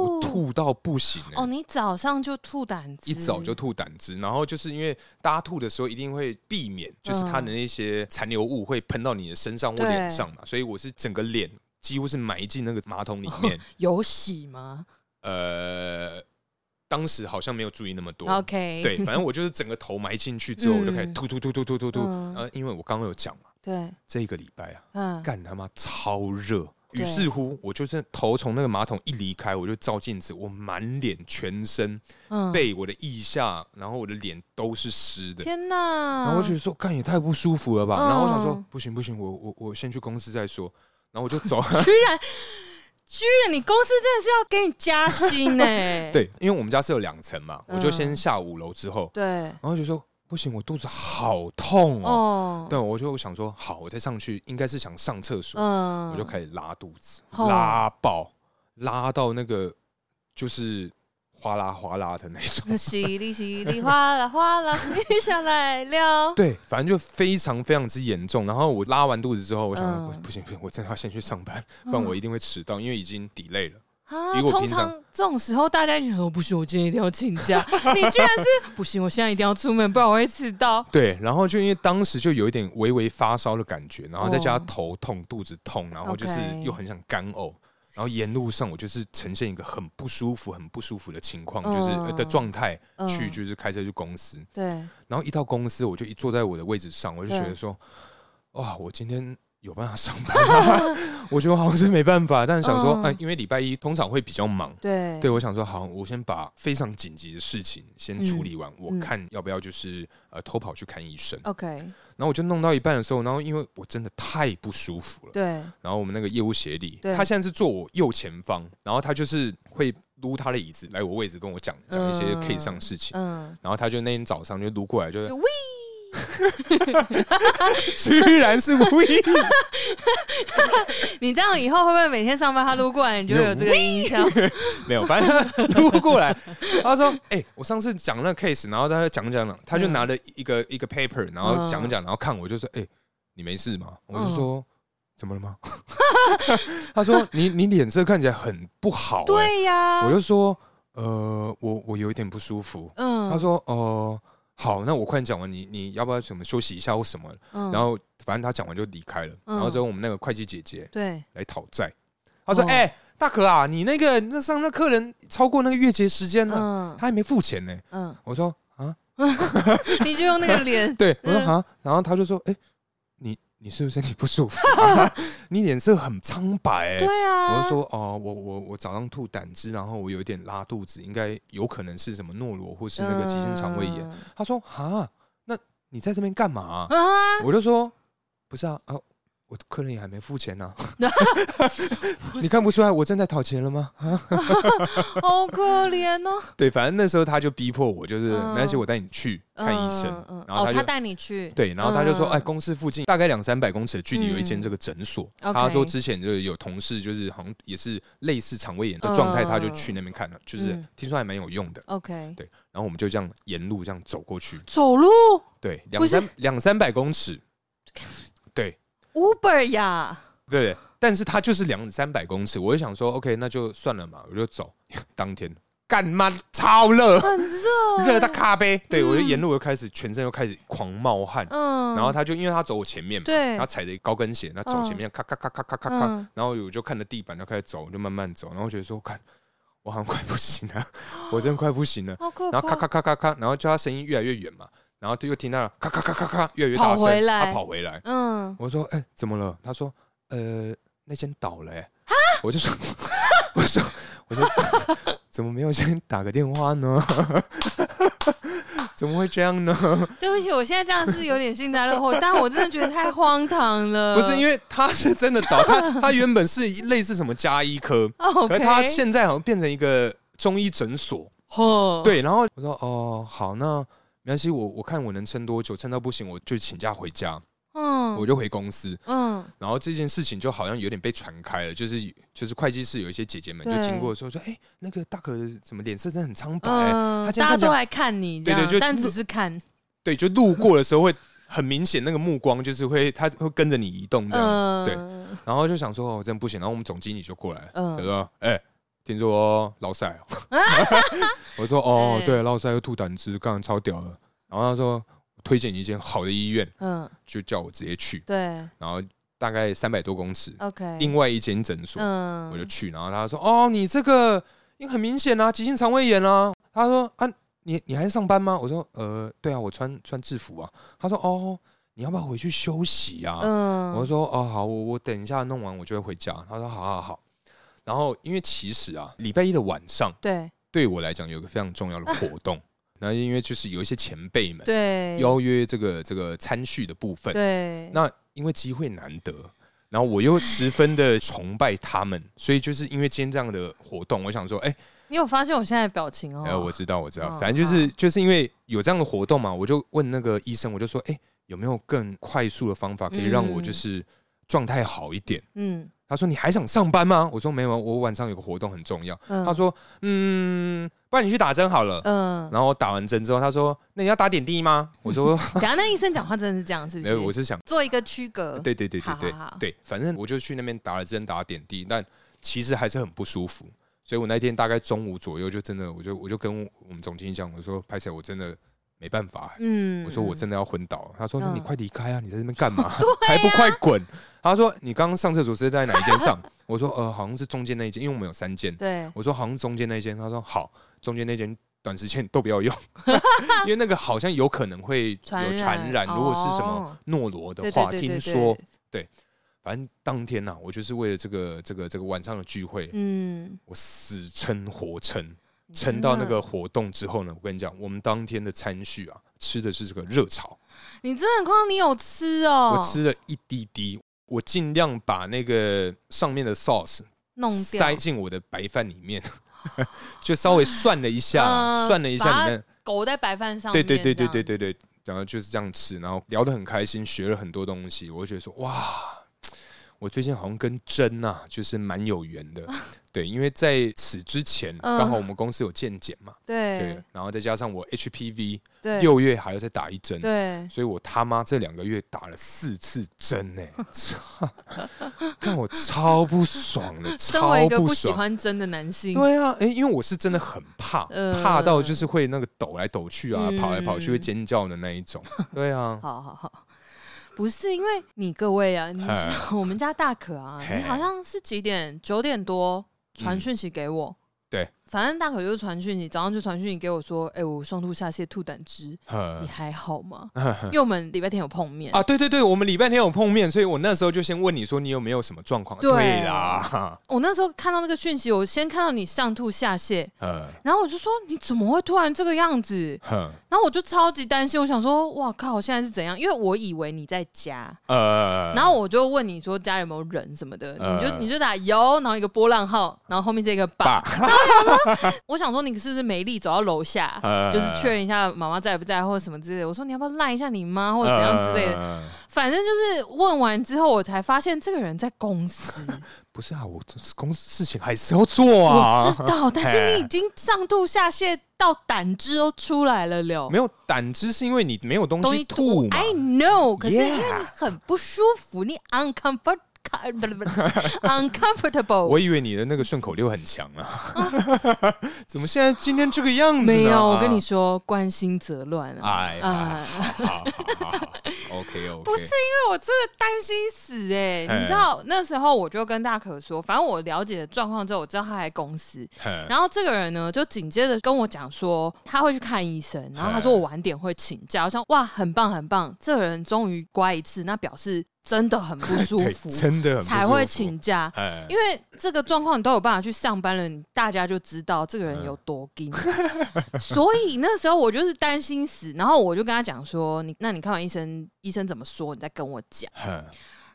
S1: 我
S2: 哦，
S1: 吐到不行欸
S2: 哦，你早上就吐胆汁，
S1: 一早就吐胆汁，然后就是因为大家吐的时候一定会避免，就是它的那些残留物会喷到你的身上或
S2: 嗯对
S1: 脸上嘛，所以我是整个脸几乎是埋进那个马桶里
S2: 哦
S1: 面。
S2: 有洗吗
S1: 呃，当时好像没有注意那么多。
S2: ？OK，
S1: 对，反正我就是整个头埋进去之后，我就开始吐吐吐吐吐吐吐。
S2: 嗯
S1: 呃，因为我刚刚有讲嘛，
S2: 对，
S1: 这一个礼拜啊，
S2: 嗯，
S1: 干他妈超热。
S2: 对
S1: 于是乎，我就是头从那个马桶一离开，我就照镜子，我满脸、全身、
S2: 嗯，
S1: 背、我的腋下，然后我的脸都是湿的。
S2: 天哪！
S1: 然后我就觉得说，干也太不舒服了吧。
S2: 嗯
S1: 然后我想说，不行不行，我我我先去公司再说。然后我就 走，
S2: 居然，居然你公司真的是要给你加 薪欸呢、
S1: 对，因为我们家是有两层嘛，我就
S2: 嗯
S1: 先下五楼之后，
S2: 对，
S1: 然后就说不行，我肚子好痛哦。
S2: 哦，
S1: 对，我就想说，好，我再上去，应该是想上厕所，
S2: 嗯
S1: 我就开始拉肚子，
S2: 哦
S1: 拉爆，拉到那个就是哗啦哗啦的那种。
S2: 那淅沥淅沥哗啦哗啦 雨下来了。
S1: 对，反正就非常非常之严重。然后我拉完肚子之后，我想说、
S2: 嗯
S1: 不行不行，我真的要先去上班，不然我一定会迟到，因为已经 delay 了。
S2: 啊
S1: 比我
S2: 通
S1: 平常
S2: 常这种时候，大家就哦不行，我今天一定要请 假。你居然是不行，我现在一定要出门，不然我会迟到。
S1: 对，然后就因为当时就有一点微微发烧的感觉，然后再加
S2: 哦
S1: 头痛、肚子痛，然后就是又很想干呕，然后沿路上我就是呈现一个很不舒服、很不舒服的情况，就是呃的
S2: 嗯
S1: 状态去，
S2: 嗯
S1: 就是开车去公司，
S2: 对，
S1: 然后一到公司我就一坐在我的位置上，我就觉得
S2: 对
S1: 说，哇，我今天。有办法上班吗， 我觉得好像是没办法，但是想说，
S2: 嗯
S1: 哎、因为礼拜一通常会比较忙，
S2: 对，
S1: 对，我想说，好，我先把非常紧急的事情先处理完，我
S2: 嗯哦
S1: 看要不要就是呃偷跑去看医生。
S2: ，OK，
S1: 然后我就弄到一半的时候，然后因为我真的太不舒服了，
S2: 对，
S1: 然后我们那个业务协理，
S2: 对
S1: 他现在是坐我右前方，然后他就是会撸他的椅子来我位置跟我讲讲一些
S2: 嗯
S1: case 上的事情。
S2: 嗯，
S1: 然后他就那天早上就撸过来， 就是
S2: 就
S1: 居然是无意，
S2: 你这样以后会不会每天上班他路过来，你就会 有这个印象？
S1: 没有，反正他撸过来，他说：“哎、我上次讲那个 case，然后他就讲讲讲，他就拿了一
S2: 嗯
S1: 个、一个 paper，然后讲讲，然后看我就说：‘哎、你没事吗？’
S2: 嗯
S1: 我就说：‘哦怎么了吗？’ 他说：‘你你脸色看起来很不好、欸。’
S2: 对啊呀，
S1: 我就说，呃，我我有一点不舒服。
S2: 嗯，
S1: 他说，呃，好，那我快点讲完，你你要不要什么休息一下或什么？
S2: 嗯，
S1: 然后反正他讲完就离开了。
S2: 嗯
S1: 然后之后我们那个会计姐姐
S2: 对，
S1: 来讨债，她说，
S2: 哦
S1: 哎、大可啊，你那个那上那客人超过那个月结时间了，
S2: 嗯
S1: 他还没付钱呢。
S2: 嗯，
S1: 我说啊，，
S2: 你就用那个脸
S1: 对，我说
S2: 嗯
S1: 啊，然后他就说，哎、你你是不是身体不舒 服、 你脸色很苍白、欸。
S2: 对啊，
S1: 我就说哦、我我我早上吐胆汁，然后我有一点拉肚子，应该有可能是什么诺罗或是那个急性肠胃炎。
S2: 嗯
S1: 他说哈，那你在这边干嘛啊、
S2: 啊，
S1: 我就说不是啊啊，我客人也还没付钱 呢、你看不出来我正在讨钱了吗？
S2: 好可怜哦。
S1: 对，反正那时候他就逼迫我，就是、
S2: 嗯
S1: 没关系，我带你去看医生。
S2: 嗯嗯
S1: 然后
S2: 哦
S1: 他就、
S2: 他带你去，
S1: 对，然后他就说，
S2: 嗯
S1: 哎，公司附近大概两三百公尺的距离有一间
S2: 嗯
S1: 这个诊所。
S2: OK
S1: 他说之前就是有同事就是好像也是类似肠胃炎的状态，
S2: 嗯
S1: 他就去那边看了，就是
S2: 嗯
S1: 听说还蛮有用的。
S2: OK，
S1: 对，然后我们就这样沿路这样走过去，
S2: 走路
S1: 对，两
S2: 不是
S1: 三两三百公尺，对
S2: Uber 呀，
S1: 对对。但是他就是两三百公尺，我就想说，OK，那就算了嘛，我就走。当天干妈超热，
S2: 很热
S1: 热到咖啡。对我就沿路又开始全身又开始狂冒汗，
S2: 嗯，
S1: 然后他就因为他走我前面嘛，
S2: 对
S1: 他踩着高跟鞋，他走前面，咔咔咔咔咔咔咔
S2: 嗯，
S1: 然后我就看着地板，就开始走，就慢慢走，然后我觉得说，看我好像快不行 了，我真的快不行了，
S2: 好可怕，
S1: 然后咔咔咔咔咔，然后就他声音越来越远嘛，然后就又听到咔咔咔咔咔越来越大
S2: 跑回
S1: 声，
S2: 来
S1: 他跑回来，
S2: 嗯，
S1: 我说，哎，怎么了？他说，呃，那间倒了，欸
S2: 啊
S1: 我就说，我说，我说， 怎么没有先打个电话呢？ 怎么会这样呢？
S2: 对不起，我现在这样是有点幸 灾乐祸，但我真的觉得太荒唐了。
S1: 不是因
S2: 为
S1: 为他是真的倒，他他原本是类似什么加医科，可
S2: 哦 OK，
S1: 是他现在好像变成一个中医诊所。
S2: 哦，
S1: 对，然后我说哦好，那没关系，我我看我能撑多久，撑到不行我就请假回家，
S2: 嗯，
S1: 我就回公司。
S2: 嗯
S1: 然后这件事情就好像有点被传开了，就是就是会计室有一些姐姐们就
S2: 对
S1: 经过说说，哎、那个大可怎么脸色真的很苍白、
S2: 嗯，
S1: 哎他今天
S2: 大家
S1: 看起来
S2: 都来看你这样，
S1: 对对就
S2: 但只是看，
S1: 对，就路过的时候会很明显，那个目光就是会他会跟着你移动这样。
S2: 嗯，
S1: 对然后就想说哦，真不行，然后我们总经理就过来了，
S2: 嗯
S1: 他 说：“哎、听说老赛、哦， 我说哦，
S2: 哎
S1: 对，老赛又吐胆汁，刚刚超屌了。”然后他说：“推荐你一间好的医院，
S2: 嗯，
S1: 就叫我直接去。
S2: 对”
S1: 然后大概三百多公尺，
S2: ，OK，
S1: 另外一间诊所
S2: 嗯，
S1: 我就去，然后他说：“哦，你这个因为很明显啊，急性肠胃炎啊。”他说：“啊，你你还在上班吗？”我说：“呃，对啊，我穿穿制服啊。”他说：“哦，你要不要回去休息啊？”
S2: 嗯，
S1: 我说哦好，我我等一下弄完我就会回家。他说好好好。然后因为其实啊，礼拜一的晚上
S2: 对
S1: 对我来讲有一个非常重要的
S2: 啊
S1: 活动，那因为就是有一些前辈们
S2: 对
S1: 邀约这个这个参叙的部分，
S2: 对，
S1: 那因为机会难得。然后我又十分的崇拜他 们，所以就是因为今天这样的活动，我想说，哎、
S2: 你有发现我现在的表情哦？
S1: 哎、我知道，我知道，
S2: 哦
S1: 反正就是就是因为有这样的活动嘛，我就问那个医生，我就说，哎、有没有更快速的方法可以让我
S2: 嗯
S1: 就是状态好一点？
S2: 嗯
S1: 他说：“你还想上班吗？”我说：“没有，啊我晚上有个活动很重要。
S2: 嗯，
S1: 他说：“嗯，不然你去打针好了。
S2: 嗯，
S1: 然后打完针之后，他说：“那你要打点滴吗？”我 说
S2: 等一下那医生讲话真的是这样，是：“不
S1: 没
S2: 是？
S1: 有，我是想，
S2: 做一个区隔，
S1: 对对对对
S2: 好
S1: 对
S2: 好好
S1: 对，反正我就去那边打了针，打了点滴，但其实还是很不舒服。所以我那天大概中午左右，就真的，我就我就跟我们总经理讲，我说：‘拍起我真的没办法、
S2: 嗯，
S1: 我说我真的要昏倒了。他说：“那你
S2: 嗯
S1: 快离开啊！你在这边干 嘛？还不快滚！”他说：“你刚刚上厕所是在哪一间上？” 我说：“呃，好像是中间那一间，因为我们有三间。
S2: 对”
S1: 我说：“好像中间那一间。”他说：“好，中间那间短时间都不要 用，因为那个好像有可能会有
S2: 传染
S1: 传染，如果是什么
S2: 哦
S1: 诺罗的
S2: 对对
S1: 话，
S2: 对
S1: 听
S2: 对
S1: 说
S2: 对，
S1: 反正当天呐、我就是为了这个这个这个晚上的聚会，
S2: 嗯，
S1: 我死撑活撑。撑到那个活动之后呢，我跟你讲，我们当天的餐叙啊，吃的是这个热炒，
S2: 你真的很夸张，你有吃哦，
S1: 我吃了一滴滴，我尽量把那个上面的 sauce
S2: 弄掉
S1: 塞进我的白饭里面， 就稍微涮了一下，
S2: 嗯
S1: 涮了一下
S2: 把
S1: 里
S2: 它
S1: 面，
S2: 狗在白饭上
S1: 对
S2: 面，
S1: 对对对对
S2: 这样，
S1: 对对，然后就是这样吃，然后聊得很开心，学了很多东西，我就觉得说哇。我最近好像跟真啊，就是蛮有缘 的，对，因为在此之前，
S2: 嗯
S1: 刚好我们公司有健检嘛，对
S2: 对，
S1: 然后再加上我 HPV
S2: 对
S1: 六月还要再打一针，
S2: 对，
S1: 所以我他妈这两个月打了四次 针呢、操！ 看我超不爽的，
S2: 身
S1: 超
S2: 为一个不喜
S1: 爽。
S2: 欢针的男性，
S1: 对啊，哎、因为我是真的很怕，
S2: 呃
S1: 怕到就是会那个抖来抖去啊，
S2: 嗯
S1: 跑来跑去会尖叫的那一 种。对 啊，
S2: 好好好，不是因为你各位啊，你知道我们家大可啊，
S1: 嘿嗯
S2: 你好像是几点？九点多传讯息给我。
S1: 对，
S2: 反正大可就是传讯息，早上就传讯息给我说，哎、我上吐下泻，吐胆汁，
S1: 呃
S2: 你还好吗？ 因为我们礼拜天有碰面。
S1: 啊，对对对，我们礼拜天有碰面，所以我那时候就先问你说你有没有什么状况？
S2: 对
S1: 对啦，
S2: 我那时候看到那个讯息，我先看到你上吐下泻，
S1: 呃，
S2: 然后我就说你怎么会突然这个样子？
S1: 哼，
S2: 然后我就超级担心，我想说，哇靠，现在是怎样？因为我以为你在家，
S1: 呃，
S2: 然后我就问你说家里有没有人什么的，
S1: 呃
S2: 你就你就打有，然后一个波浪号，然后后面接一个
S1: 爸
S2: 爸。， 我想说你是不是没力走到楼下，
S1: 呃
S2: 就是确认一下妈妈在不在或者什么之类的。我说你要不要赖一下你妈或者怎样之类的。
S1: 呃
S2: 反正就是问完之后，我才发现这个人在公司，
S1: 不是啊，我这公司事情还是要做啊。
S2: 我知道，但是
S1: 嘿
S2: 你已经上吐下泻到胆汁都出来了了。
S1: 没有胆汁是因为你没有东
S2: 东
S1: 西
S2: 西哎
S1: 吐
S2: 吐
S1: 嘛。
S2: ，I know，可是因为
S1: Yeah
S2: 你很不舒服，你 uncomfort uncomfortable。
S1: 我以为你的那个顺口溜很强啊， 怎么现在今天这个样子呢？
S2: 没有，我跟你
S1: 说，
S2: 说，关心则乱啊！
S1: 哎，
S2: 啊，
S1: 好好好好，OK OK，
S2: 不是因为我真的担心死哎、
S1: 哎
S2: 你知道那时候我就跟大可说，反正我了解的状况之后，我知道他来公司，
S1: 嘿，
S2: 然后这个人呢，就紧接着跟我讲说他会去看医生，然后他说
S1: 哎
S2: 我晚点会请假。我想哇，很棒很棒，这个人终于乖一次，那表示真的很不舒
S1: 对
S2: 服，
S1: 真的很不
S2: 才
S1: 舒
S2: 会
S1: 服，
S2: 请假。
S1: 哎，
S2: 因为这个状况你都有办法去上班了，你大家就知道这个人有多 硬。所以那时候我就是担心死，然后我就跟他讲说：“你那你看完医生，医生怎么说？你再跟我讲。”
S1: 哼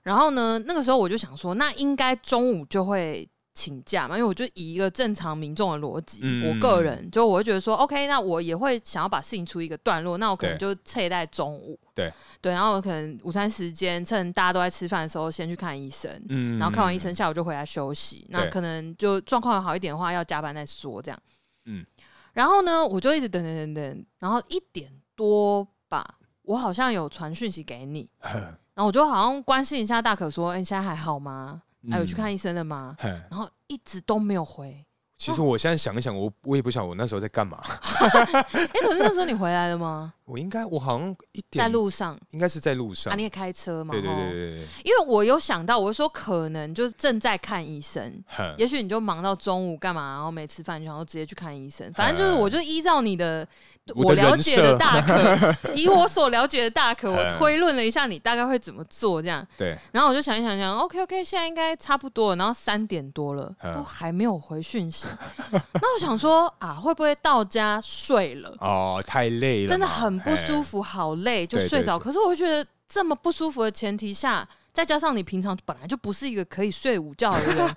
S2: 然后呢，那个时候我就想说，那应该中午就会请假嘛，因为我就以一个正常民众的逻辑，
S1: 嗯
S2: 我个人就我会觉得说，OK，那我也会想要把事情出一个段落，那我可能
S1: 对
S2: 就撤在中午，
S1: 对
S2: 对，然后我可能午餐时间趁大家都在吃饭的时候先去看医生。
S1: 嗯
S2: 然后看完医生，，下午就回来休息。那
S1: 对
S2: 可能就状况好一点的话，要加班再说这样。
S1: 嗯
S2: 然后呢，我就一直等等等等，然后一点多吧，我好像有传讯息给你，
S1: 哼
S2: 然后我就好像关心一下大可说：“哎、你现在还好吗？哎、有去
S1: 嗯
S2: 看医生了吗
S1: 嘿？”
S2: 然后一直都没有回。
S1: 其实我现在想一想，我我也不晓得我那时候在干嘛。
S2: 哎、可是那时候你回来 了吗？
S1: 我应该，我好像一点
S2: 在，路上
S1: 应该是在路上
S2: 啊，你。也开车嘛？
S1: 对对对
S2: 吼
S1: 对对，
S2: 因为我有想到，我说可能就是正在看医生，
S1: 哼
S2: 也许你就忙到中午干嘛，然后没吃饭，然后直接去看医生。反正就是，我就依照你的
S1: 哎我的人哎
S2: 了解的 大可，以我所了解的大可，我推论了一下你大概会怎么做这样。
S1: 对，
S2: 然后我就想一想想，OK OK，现在应该差不多了。然后三点多了，
S1: 嗯
S2: 都还没有回讯息。那我想说啊，会不会到家 睡了？
S1: 哦，太累了嘛，
S2: 真的很不舒
S1: 服。
S2: 服，好累，就
S1: 哎对
S2: 睡
S1: 对
S2: 着。
S1: 对
S2: 可是我会觉得这么不舒服的前提下，再加上你平常本来就不是一个可以睡午觉的人，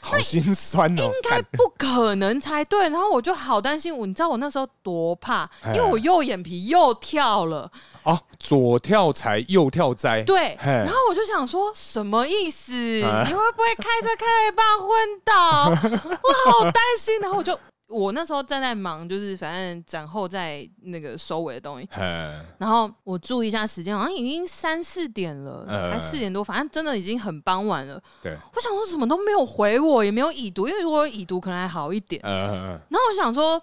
S1: 好心酸哦，应
S2: 该不可能才对。然后我就好担心，我你知道我那时候多怕，因为我右眼皮又跳了，
S1: 哦，左跳财，右跳灾，
S2: 对。
S1: 嘿
S2: 然后我就想说，什么意思？你
S1: 啊
S2: 会不会开车开到一半昏倒？ 我好担心。然后我就，我那时候正在忙，就是反正展后在那个收尾的东西。
S1: 嘿
S2: 然后我注意一下时间，好像已经三四点了，
S1: 嗯
S2: 还四点多，反正真的已经很傍晚了。
S1: 对，
S2: 我想说，怎么都没有回我，也没有已读，因为如果有已读可能还好一点。
S1: 呃
S2: 然后我想说，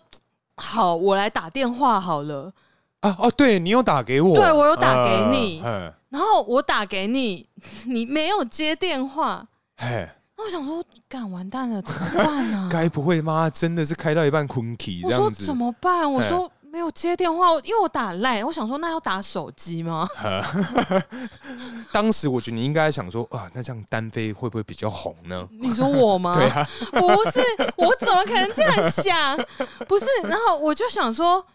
S2: 好，我来打电话好了。
S1: 啊哦，对你有打给我，
S2: 对我有打给你
S1: 嗯，
S2: 然后我打给你， 你没有接电话。
S1: 嘿，
S2: 那我想说，干完蛋了，怎么 办呢、
S1: 该不会妈真的是开到一半困体这
S2: 嗯我说
S1: 样子？哎
S2: 怎么办？我说没有接电话，因为我打赖，我想说那要打手 机吗？
S1: 当时我觉得你应该想说啊，那这样单飞会不会比较红呢？
S2: 你说我吗？
S1: 对啊
S2: 不是，我怎么可能这样想？不是，然后我就想说，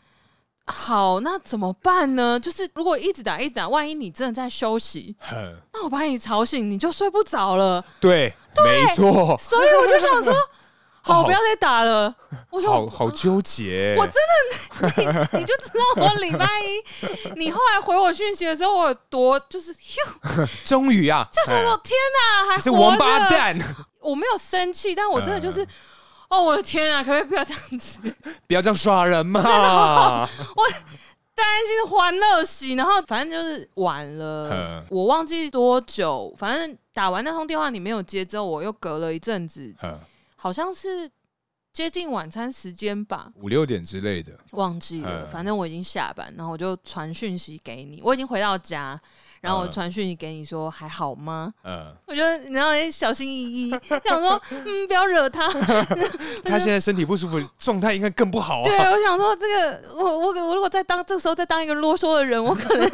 S2: 好，那怎么办呢？就是如果一直打一直打，万一你真的在休息，
S1: 哼，
S2: 那我把你吵醒，你就睡不着了。
S1: 对，没错，
S2: 所以我就想说， 好，
S1: 好
S2: 不要再打了。我说
S1: 好好纠结，
S2: 我真的，你你就知道我礼拜一，你后来回我讯息的时候，我有多就是，哟，
S1: 终于啊，
S2: 就想说
S1: 嘿
S2: 天哪，还
S1: 你这
S2: 活
S1: 王
S2: 着
S1: 八蛋，
S2: 我没有生气，但我真的就是，哦，我的天啊，可不可以不要这样子？
S1: 不要这样耍人 嘛！
S2: 担心欢乐喜，然后反正就是晚了
S1: 嗯，
S2: 我忘记多久，反正打完那通电话你没有接之后，我又隔了一阵子，
S1: 哼
S2: 好像是接近晚餐时间吧，
S1: 五六点之类的，
S2: 忘记了，
S1: 嗯
S2: 反正我已经下班，然后我就传讯息给你，我已经回到家，然后我
S1: 嗯
S2: 传讯息给你说还好吗？
S1: 嗯，
S2: 我就你知道小心翼翼，想说嗯不要 惹他，
S1: 他现在身体不舒服，状态应该更不好啊
S2: 对，。我想说这个，我我我如果再当这个时候再当一个啰嗦的人，我可能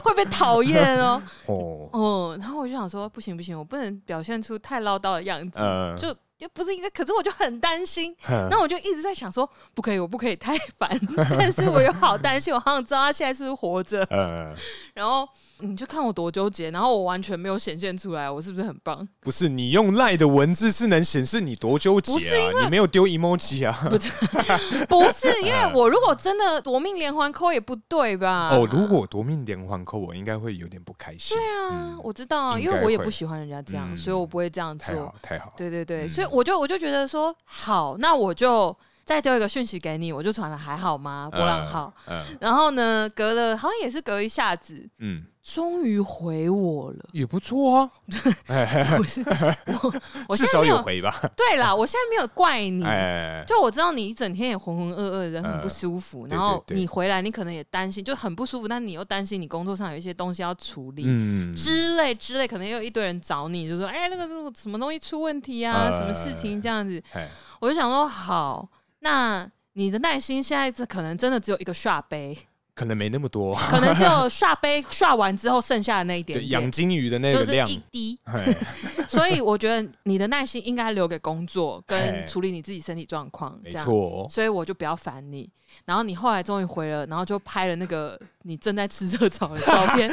S2: 会被讨 厌哦。
S1: 哦，
S2: 哦，然后我就想说，不行不行，我不能表现出太唠叨的样子，
S1: 嗯
S2: 就又不是一个。可是我就很担心，
S1: 哼
S2: 那我就一直在想说，不可以，我不可以太烦。 但是我又好担心，我好想知道他现在是不是活着。
S1: 呃，
S2: 然后你就看我多纠结，然后我完全没有显现出来，我是不是很棒？
S1: 不是你用赖的文字是能显示你多纠
S2: 不是
S1: 结啊，你没有丢 emoji 啊。
S2: 不是，因为我如果真的夺命连环扣也不对吧？
S1: 哦，如果夺命连环扣，我应该会有点不开心
S2: 啊对。啊，我知道啊，
S1: 嗯
S2: 因
S1: 应该
S2: 为我也
S1: 会
S2: 不喜欢人家这样，
S1: 嗯
S2: 所以我不会这样
S1: 太
S2: 做
S1: 好。，太好，
S2: 对对对，
S1: 嗯
S2: 所以我就我就觉得说，好，那我就再丢一个讯息给你，我就传了还好吗？波浪号。
S1: 嗯
S2: 然后呢，隔了好像也是隔一下子，
S1: 嗯，
S2: 终于回我了。
S1: 也不错啊，
S2: 不是我，我
S1: 至
S2: 现在
S1: 少
S2: 没
S1: 有
S2: 有
S1: 回吧？
S2: 对啦，我现在没有怪你。
S1: 哎，
S2: 就我知道你一整天也浑浑噩噩的，很
S1: 呃
S2: 不舒服，
S1: 对
S2: 然后
S1: 对对
S2: 你回来，你可能也担心，就很不舒服，但你又担心你工作上有一些东西要处理。
S1: 嗯
S2: 之类之类，可能又有一堆人找你，就说：“哎、那个那个什么东西出问题啊，
S1: 呃
S2: 什么事情这样子。
S1: 哎，”
S2: 我就想说，好，那你的耐心现在这可能真的只有一个刷杯，
S1: 可能没那么多，
S2: 可能只有 刷杯刷完之后剩下的那一点
S1: 对，
S2: 点
S1: 养，金鱼的那
S2: 就
S1: 个
S2: 是
S1: 量，
S2: 一滴。
S1: 哎
S2: 所以我觉得你的耐心应该留给工作跟
S1: 哎
S2: 处理你自己身体状况，
S1: 没
S2: 这样。
S1: 错，哦
S2: 所以我就不要烦你。然后你后来终于回了，然后就拍了那个你正在吃热炒的照 片。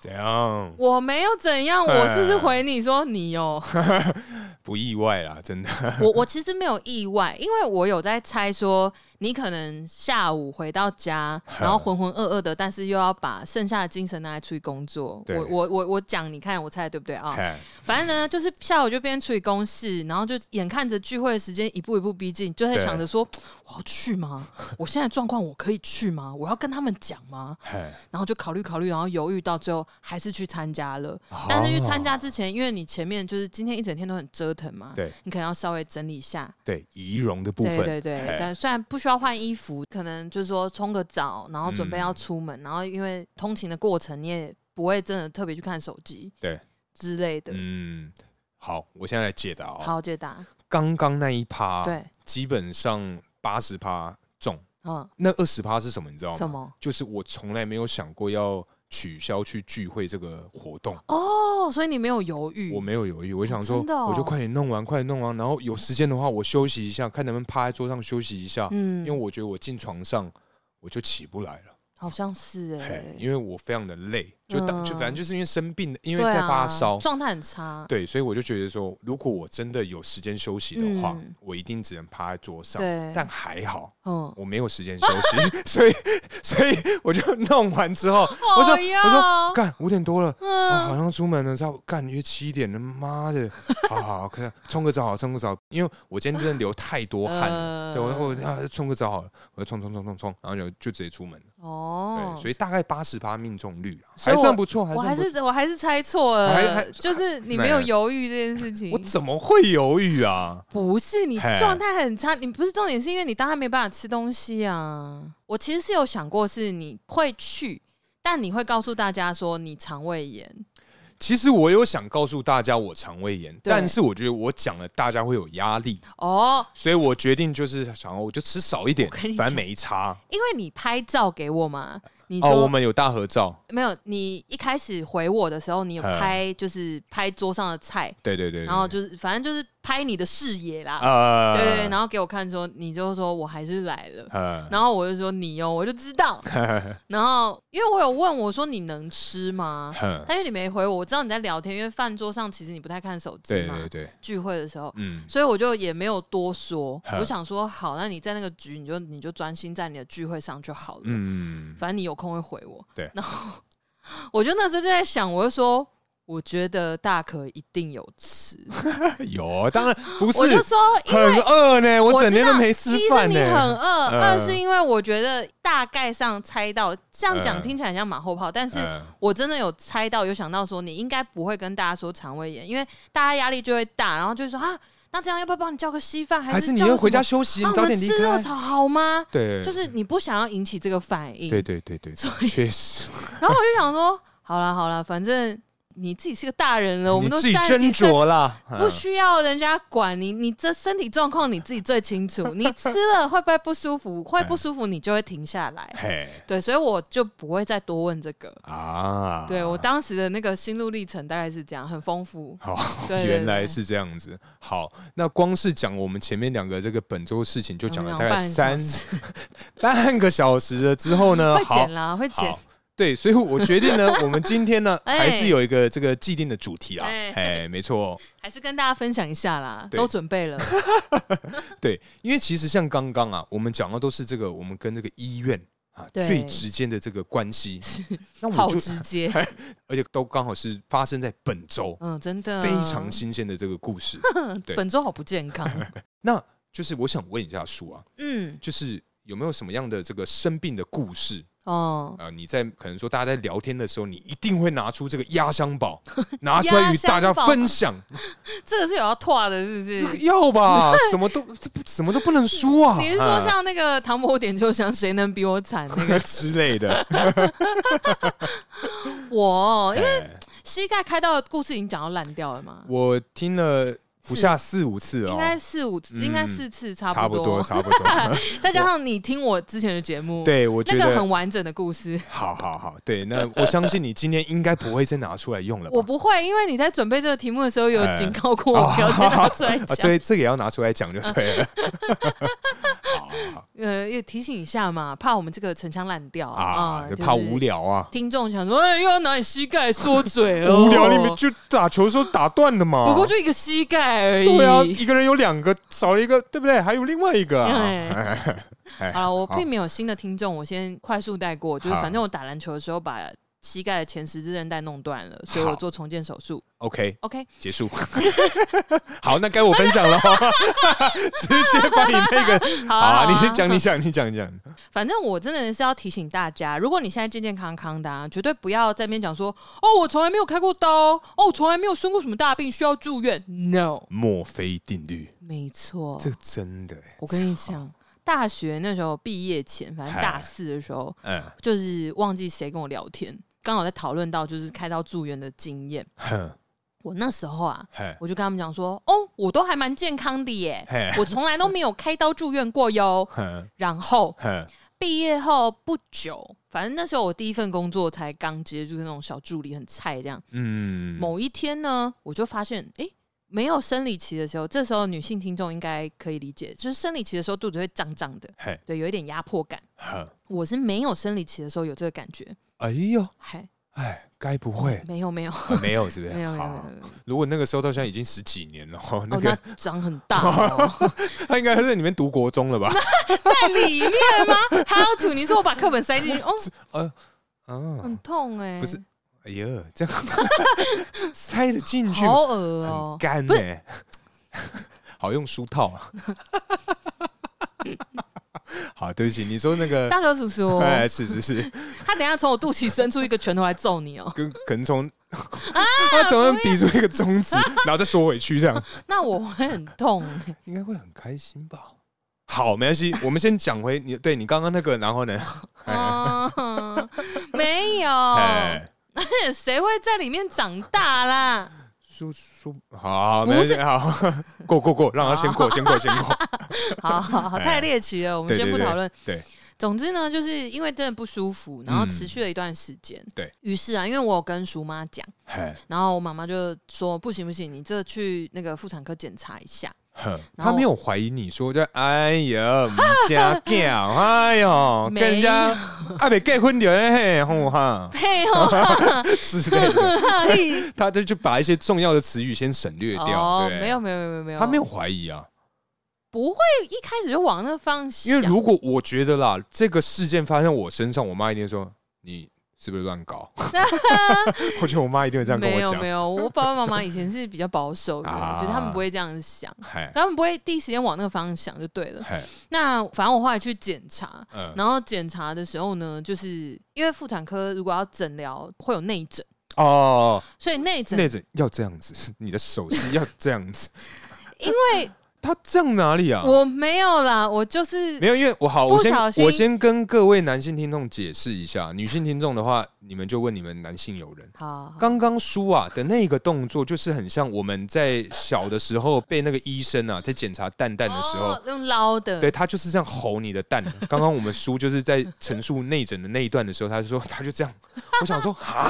S1: 怎样？
S2: 我没有怎样，我是不是回你说 你哦？
S1: 不意外啦，真的。
S2: 我我其实没有意外，因为我有在猜说你可能下午回到家，然后浑浑噩噩的，但是又要把剩下的精神拿来出去工作。
S1: 对
S2: 我我我我讲，你看我猜得对不对啊？
S1: 哎
S2: 反正呢，就是下午就边处理公事，然后就眼看着聚会的时间一步一步逼近，就在
S1: 对
S2: 想着说，我要 去吗？我现在状况我可以去吗？我要跟他们讲吗？
S1: 哎
S2: 然后就考虑考虑，然后犹豫到最后还是去参加了。
S1: 啊
S2: 但是去参加之前，因为你前面就是今天一整天都很折腾嘛，
S1: 对
S2: 你可能要稍微整理一下。
S1: 对仪容的部
S2: 对
S1: 分，
S2: 对对，
S1: 哎
S2: 但虽然不需要换衣服，可能就是说冲个澡，然后准备要出
S1: 嗯
S2: 门，然后因为通勤的过程，你也不会真的特别去看手机，
S1: 对
S2: 之类的。
S1: 嗯，好，我现在来解答哦。
S2: 好，解答。
S1: 刚刚那一趴，
S2: 对，
S1: 基本上八十趴中，
S2: 嗯，
S1: 那二十趴是什么？你知道
S2: 什
S1: 吗？
S2: 么？
S1: 就是我从来没有想过要取消去聚会这个活动，
S2: 哦，所以你没有犹豫，
S1: 我没有犹豫，我想说
S2: 真的哦
S1: 我就快点弄完，快点弄完，然后有时间的话我休息一下，看能不能趴在桌上休息一下，
S2: 嗯
S1: 因为我觉得我进床上我就起不来了。
S2: 好像是哎、
S1: 嘿，因为我非常的累，就当、就
S2: 嗯
S1: 反正就是因为生病的，因为
S2: 对
S1: 在
S2: 啊，
S1: 发烧，
S2: 状态很差，
S1: 对，所以我就觉得说，如果我真的有时间休息的话，
S2: 嗯
S1: 我一定只能趴在桌上。
S2: 对
S1: 但还好
S2: 嗯，
S1: 我没有时间休息， 所以所以我就弄完之 后，我说
S2: 哎呀
S1: 我说干五点多了。啊，好
S2: 嗯，
S1: 像出门了，差不多干约七点了，妈 的！好好好，看冲个澡，冲个澡，因为我今天真的流太多汗了，
S2: 呃
S1: 对我我啊冲个澡好了，我就冲冲冲冲冲，然后就就直接出门了，
S2: 哦
S1: 对，，所以大概八十趴命中率啊，
S2: 所以
S1: 还
S2: 我
S1: 算不错，还
S2: 我还
S1: 算不错。
S2: 是我还是猜错
S1: 我还还
S2: 了，就是你没有犹豫这件事情
S1: 我。怎么会犹豫啊？
S2: 不是你
S1: 嘿
S2: 状态很差，你不是重点，是因为你当然没办法吃东西啊。我其实是有想过，是你会去，但你会告诉大家说你肠胃炎，
S1: 其实我有想告诉大家我肠胃炎，
S2: 对
S1: 但是我觉得我讲了大家会有压力，
S2: 哦，
S1: 所以我决定就是想要我就吃少一点
S2: 我跟你，讲
S1: 反正没差。
S2: 因为你拍照给我嘛，你说、
S1: 哦，我们有大合照，
S2: 没有，你一开始回我的时候，你有
S1: 嗯
S2: 拍就是拍桌上的菜，
S1: 对对对对
S2: 然后就是反正就是拍你的视野啦，
S1: 呃
S2: 对对对，然后给我看说，你就说我还是来了，
S1: 呃，
S2: 然后我就说你哦，我就知 道，然后因为我有问我说你能吃吗？
S1: 哼
S2: 但因为你没回我，我知道你在聊天，因为饭桌上其实你不太看手机
S1: 对
S2: 嘛，
S1: 对对，
S2: 聚会的时候。
S1: 嗯，
S2: 所以我就也没有多说，
S1: 嗯
S2: 我想说好，那你在那个局，你就你就专心在你的聚会上就好了。
S1: 嗯，
S2: 反正你有空会回我。
S1: 对
S2: 然后我就那时候就在想，我就说，我觉得大可一定有吃，
S1: 有，当然不是
S2: 我就说，因
S1: 很
S2: 为
S1: 饿呢，我
S2: 我
S1: 整天
S2: 知道
S1: 都没吃饭
S2: 一是你很
S1: 呢。
S2: 饿，
S1: 呃
S2: 二是因为我觉得大概上猜到，这样讲
S1: 呃
S2: 听起来很像马后炮，但是
S1: 呃
S2: 我真的有猜到，有想到说你应该不会跟大家说肠胃炎，因为大家压力就会大，然后就说啊，那这样要不要帮你叫个稀饭，
S1: 还
S2: 是
S1: 是你
S2: 叫个
S1: 要回
S2: 什
S1: 家
S2: 么
S1: 休息，
S2: 啊
S1: 你早点离
S2: 我们吃热
S1: 开。
S2: 炒好吗？
S1: 对，
S2: 就是你不想要引起这个反应，
S1: 对对对对，
S2: 所
S1: 对确 实，
S2: 然后我就想说，好了好了，反正你自己是个大人了，我们
S1: 你
S2: 都
S1: 自己
S2: 三十几
S1: 斟
S2: 岁，
S1: 酌啦。嗯
S2: 不需要人家管你，你这身体状况你自己最清楚。你吃了会不会不舒 服？会不舒服你就会停下来。
S1: 嘿
S2: 对，所以我就不会再多问这个。
S1: 啊，
S2: 对我当时的那个心路历程大概是这样，很丰富。
S1: 好，
S2: 对对
S1: 原来
S2: 对
S1: 是这样子。好，那光是讲我们前面两个这个本周事情，就讲了大概
S2: 我
S1: 三
S2: 们
S1: 半个小时了之后呢，
S2: 会
S1: 呃好
S2: 剪，啦，会剪
S1: 好。，对，所以我决定 呢，我们今天呢
S2: 哎
S1: 还是有一个这个既定的主题啊，
S2: 哎
S1: 哎，没错，
S2: 还是跟大家分享一下啦，
S1: 对
S2: 都准备了。
S1: 对，因为其实像刚刚啊，我们讲的都是这个我们跟这个医院啊
S2: 对
S1: 最直接的这个关 系。 那
S2: 好
S1: 我就
S2: 直接，
S1: 而且都刚好是发生在本周，
S2: 嗯，真的
S1: 非常新鲜的这个故事。 对
S2: 本周好不健 康，
S1: 那就是我想问一下叔啊，
S2: 嗯，
S1: 就是有没有什么样的这个生病的故事
S2: 哦，
S1: 啊、呃你在可能说大家在聊天的时候，你一定会拿出这个压箱 宝，拿出来与大家分享，
S2: 这个是有要拓的，是不是？
S1: 要 吧？什么都这不什么都不能输啊！
S2: 你是说像那个唐伯虎点秋香，谁能比我 惨？那个
S1: 啊 之类 的？
S2: 我因为
S1: 哎
S2: 膝盖开刀的故事已经讲到烂掉了嘛，
S1: 我听了不下四五次
S2: 应
S1: 哦，
S2: 该四五，
S1: 嗯
S2: 应该四次
S1: 差
S2: 差
S1: 不
S2: 不
S1: 多，
S2: 多，
S1: 差不 多。
S2: 再加上你听我之前的节目，，
S1: 对，我觉
S2: 那个
S1: 得
S2: 很完整的故事。
S1: 好好好，对，那我相信你今天应该不会再拿出来用了吧
S2: 我？不会，因为你在准备这个题目的时候有
S1: 哎
S2: 警告 过我不要再拿出来
S1: 啊，
S2: 讲，
S1: 这这个也要拿出来讲就对 了。好好
S2: 呃，也提醒一下嘛，怕我们这个陈腔滥调
S1: 好
S2: 啊
S1: 啊，，
S2: 就
S1: 就是怕无。聊啊，
S2: 听众想说，哎，又要拿你膝盖说嘴 哦，
S1: 无聊你们就打球的时候打断的嘛。
S2: 不过就一个膝盖而已。
S1: 对啊，一个人有两个，少了一个，对不对？还有另外一个啊。 哎
S2: 好了，我
S1: 好
S2: 并没有新的听众，我先快速带过，就是
S1: 好
S2: 反正我打篮球的时候把膝盖的前十字韧带弄断了，所以我
S1: 好
S2: 做重建手术。
S1: OK，
S2: OK，
S1: 结束。好，那该我分享了 哦，直接把你那个
S2: 好
S1: 好啊，你先讲，你讲，你讲，你讲。
S2: 反正我真的是要提醒大家，如果你现在健健康康的、啊，绝对不要在那边讲说哦，我从来没有开过刀，哦，我从来没有生过什么大病需要住院。No，
S1: 墨菲定律，
S2: 没错，
S1: 这真的欸，
S2: 我跟你讲，大学那时候毕业前，反正
S1: 嗨
S2: 大四的时候，
S1: 嗯，
S2: 就是忘记谁跟我聊天，刚好在讨论到就是开刀住院的经验。
S1: 哼，
S2: 我那时候啊，
S1: 嘿，
S2: 我就跟他们讲说，哦，我都还蛮健康的耶
S1: 嘿，
S2: 我从来都没有开刀住院过哟。
S1: 哼，
S2: 然后
S1: 哼，
S2: 毕业后不久，反正那时候我第一份工作才刚接，就是那种小助理，很菜这样。
S1: 嗯，
S2: 某一天呢，我就发现，诶，没有生理期的时候，这时候女性听众应该可以理解，就是生理期的时候肚子会胀胀的，
S1: 嘿，
S2: 对，有一点压迫感。
S1: 哼，
S2: 我是没有生理期的时候有这个感觉，
S1: 哎呦，
S2: 嗨，
S1: 哎，该不会
S2: 没有没有
S1: 啊没有是不是？
S2: 没有没有没有
S1: 好
S2: 没，有，
S1: 如果那个时候到现在已经十几年了，哦那
S2: 哦，
S1: 个
S2: 那长很大、 哦，
S1: 他应该在里面读国中了吧？
S2: 在里面吗？How to？你说我把课本 塞进去，哦，
S1: 啊，
S2: 很痛哎、
S1: 不是哎呀，这样 塞得进去，
S2: 好恶
S1: 很
S2: 哦、
S1: 干
S2: 不
S1: 呢， 好用书套啊。 好，对不起，你说那个，
S2: 大哥叔 叔，
S1: 哎，是是是，
S2: 他等一下从我肚脐伸出一个拳头来揍 你哦、
S1: 跟可能从
S2: 啊
S1: 他总能比出一个中指，然后再缩回去，这样
S2: 那我会很痛、欸。
S1: 应该会很开心吧？好，没关系，我们先讲回你，对你刚刚那个，然后呢？哎
S2: 嗯，没有，
S1: 哎，
S2: 谁会在里面长大啦？
S1: 说说好，
S2: 不
S1: 没关系，
S2: 是哦
S1: 好， 过过过，让他先过，先过，先过。
S2: 好好好，
S1: 哎
S2: 太猎奇了，我们
S1: 对
S2: 先
S1: 对
S2: 不
S1: 对
S2: 讨论。
S1: 对，
S2: 总之呢，就是因为真的不舒服，然后持续了一段时间、
S1: 嗯对
S2: 于是啊，因为我有跟叔妈讲，
S1: 嘿
S2: 然后我妈妈就说不行不行，你这去那个妇产科检查一下。
S1: 哼
S2: 然后
S1: 他没有怀疑你说，就哎呀，唔加嫁，哎 呦，
S2: 没有
S1: 跟人家还没结婚就嘿，吼 哈
S2: 嘿 哦，
S1: 之类的，他就就把一些重要的词语先省略掉，
S2: 哦，
S1: 对，
S2: 没有，没有没有没有没有，
S1: 他没有怀疑啊，
S2: 不会一开始就往那个方向，
S1: 因为如果我觉得啦，这个事件发生在我身上，我妈一定会说你是不是乱 搞？我觉得我妈一定会这样跟
S2: 没
S1: 我
S2: 有
S1: 讲
S2: 没。有，我爸爸妈妈以前是比较保守 的，
S1: 啊
S2: 就是他们不会这样想。
S1: 嗨
S2: 他们不会第一时间往那个方向想就对了。
S1: 嗨，
S2: 那反正我后来去检查，
S1: 嗯，
S2: 然后检查的时候呢，就是因为妇产科如果要诊疗会有内诊，
S1: 哦，
S2: 所以内诊
S1: 那种要这样子，你的手是要这样子，
S2: 因为
S1: 他这样哪里啊？
S2: 我没有啦，我就是
S1: 没有，因为我好，
S2: 不
S1: 我先
S2: 小心
S1: 我先跟各位男性听众解释一下，女性听众的话，你们就问你们男性友人。
S2: 好好
S1: 刚刚叔啊的那个动作，就是很像我们在小的时候被那个医生啊在检查蛋蛋的时候，
S2: 哦用捞的，
S1: 对他就是这样吼你的蛋。刚刚我们叔就是在陈述内诊的那一段的时候，他就说他就这样，我想说啊，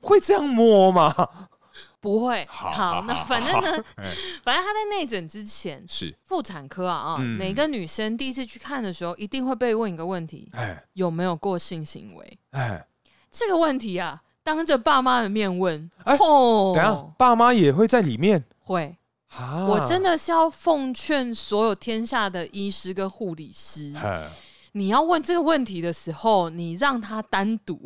S1: 会这样摸吗？
S2: 不会。
S1: 好好
S2: 那
S1: 好
S2: 反正呢
S1: 哎，
S2: 反正他在内诊之前，
S1: 是，
S2: 妇产科啊啊，
S1: 嗯
S2: 每个女生第一次去看的时候，一定会被问一个问题：
S1: 哎
S2: 有没有过性行为？
S1: 哎，
S2: 这个问题啊，当着爸妈的面问，
S1: 哎
S2: 哦，
S1: 等一下爸妈也会在里面
S2: 会，
S1: 啊，
S2: 我真的是要奉劝所有天下的医师跟护理师，
S1: 哎，
S2: 你要问这个问题的时候，你让他单独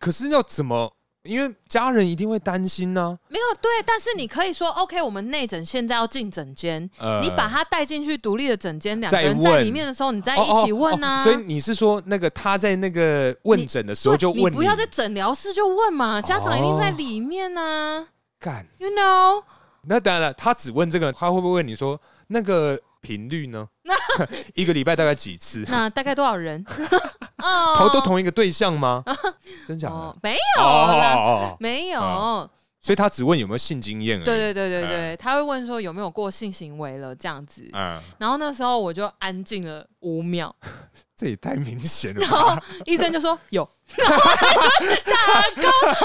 S1: 可是要怎么？因为家人一定会担心啊呢、
S2: 没有对，但是你可以说 OK，我们内诊现在要进诊间，
S1: 呃，
S2: 你把他带进去独立的诊间，两个
S1: 再
S2: 人在
S1: 问
S2: 里面的时候，你再
S1: 哦
S2: 一起问
S1: 哦
S2: 啊。
S1: 哦所以你是说那个他在那个问诊的时候就
S2: 对
S1: 问哦
S2: 你不要在诊疗室就问嘛，家长一定在里面啊、
S1: 干？
S2: y o u know，
S1: 那当然了，他只问这个，他会不会问你说那个频率 呢？一个礼拜大概几次？
S2: 那大概多 少人？哦
S1: 同都同一个对象吗？真假的？
S2: 哦
S1: 哦，
S2: 没
S1: 哦
S2: 有啦，
S1: 哦哦哎
S2: 没有。
S1: 啊所以他只问有没有性经验而已。
S2: 对对对对对，他会问说有没有过性行为了这样子，
S1: 嗯，
S2: 然后那时候我就安静了五秒，
S1: 这也太明显了
S2: 然
S1: 吧。
S2: 后医生就说有，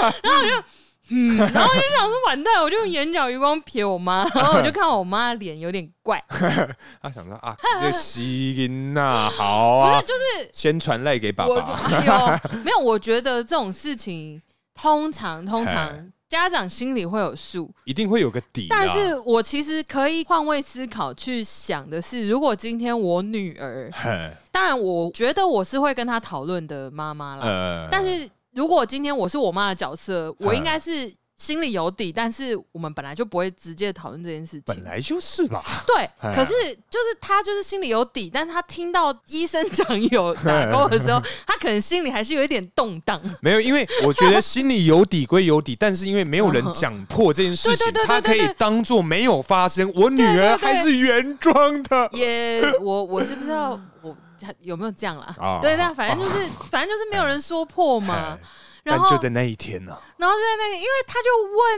S2: 然后我就打勾，然后我就嗯，然后我就想说完蛋，我就用眼角余光瞥我妈，然后我就看我妈脸有点怪，
S1: 他想说 啊，这个吸音呐，好
S2: 不
S1: 啊
S2: 是，，就是
S1: 先传赖给爸
S2: 我
S1: 爸。
S2: 哎 呦，没有，我觉得这种事情通常通常家长心里会有数，
S1: 一定会有个底、啊。
S2: 但是我其实可以换位思考去想的是，如果今天我女儿，
S1: 嘿，
S2: 当然我觉得我是会跟她讨论的妈妈啦，
S1: 呃，
S2: 啊但是如果今天我是我妈的角色，
S1: 嗯
S2: 我应该是心里有底，但是我们本来就不会直接讨论这件事
S1: 本
S2: 情。
S1: 来就是 吧。
S2: 对，
S1: 哎
S2: 可是就是她就是心里有底，但是她听到医生讲有打勾的时候，她可能心里还是有一点动荡。
S1: 没有，因为我觉得心里有底归有底，但是因为没有 人讲破这件事情
S2: 对对对
S1: 他
S2: 对，
S1: 可以
S2: 对
S1: 当做没有发生。我女
S2: 对对对
S1: 儿还是原装的。
S2: 也，我我是不知道我有没有这样啦。
S1: 啊
S2: 对，但反正就是、反正就是没有人说破嘛
S1: 哎。
S2: 然
S1: 但
S2: 后
S1: 就在那一天啊呢、
S2: 然后就在那里，因为他就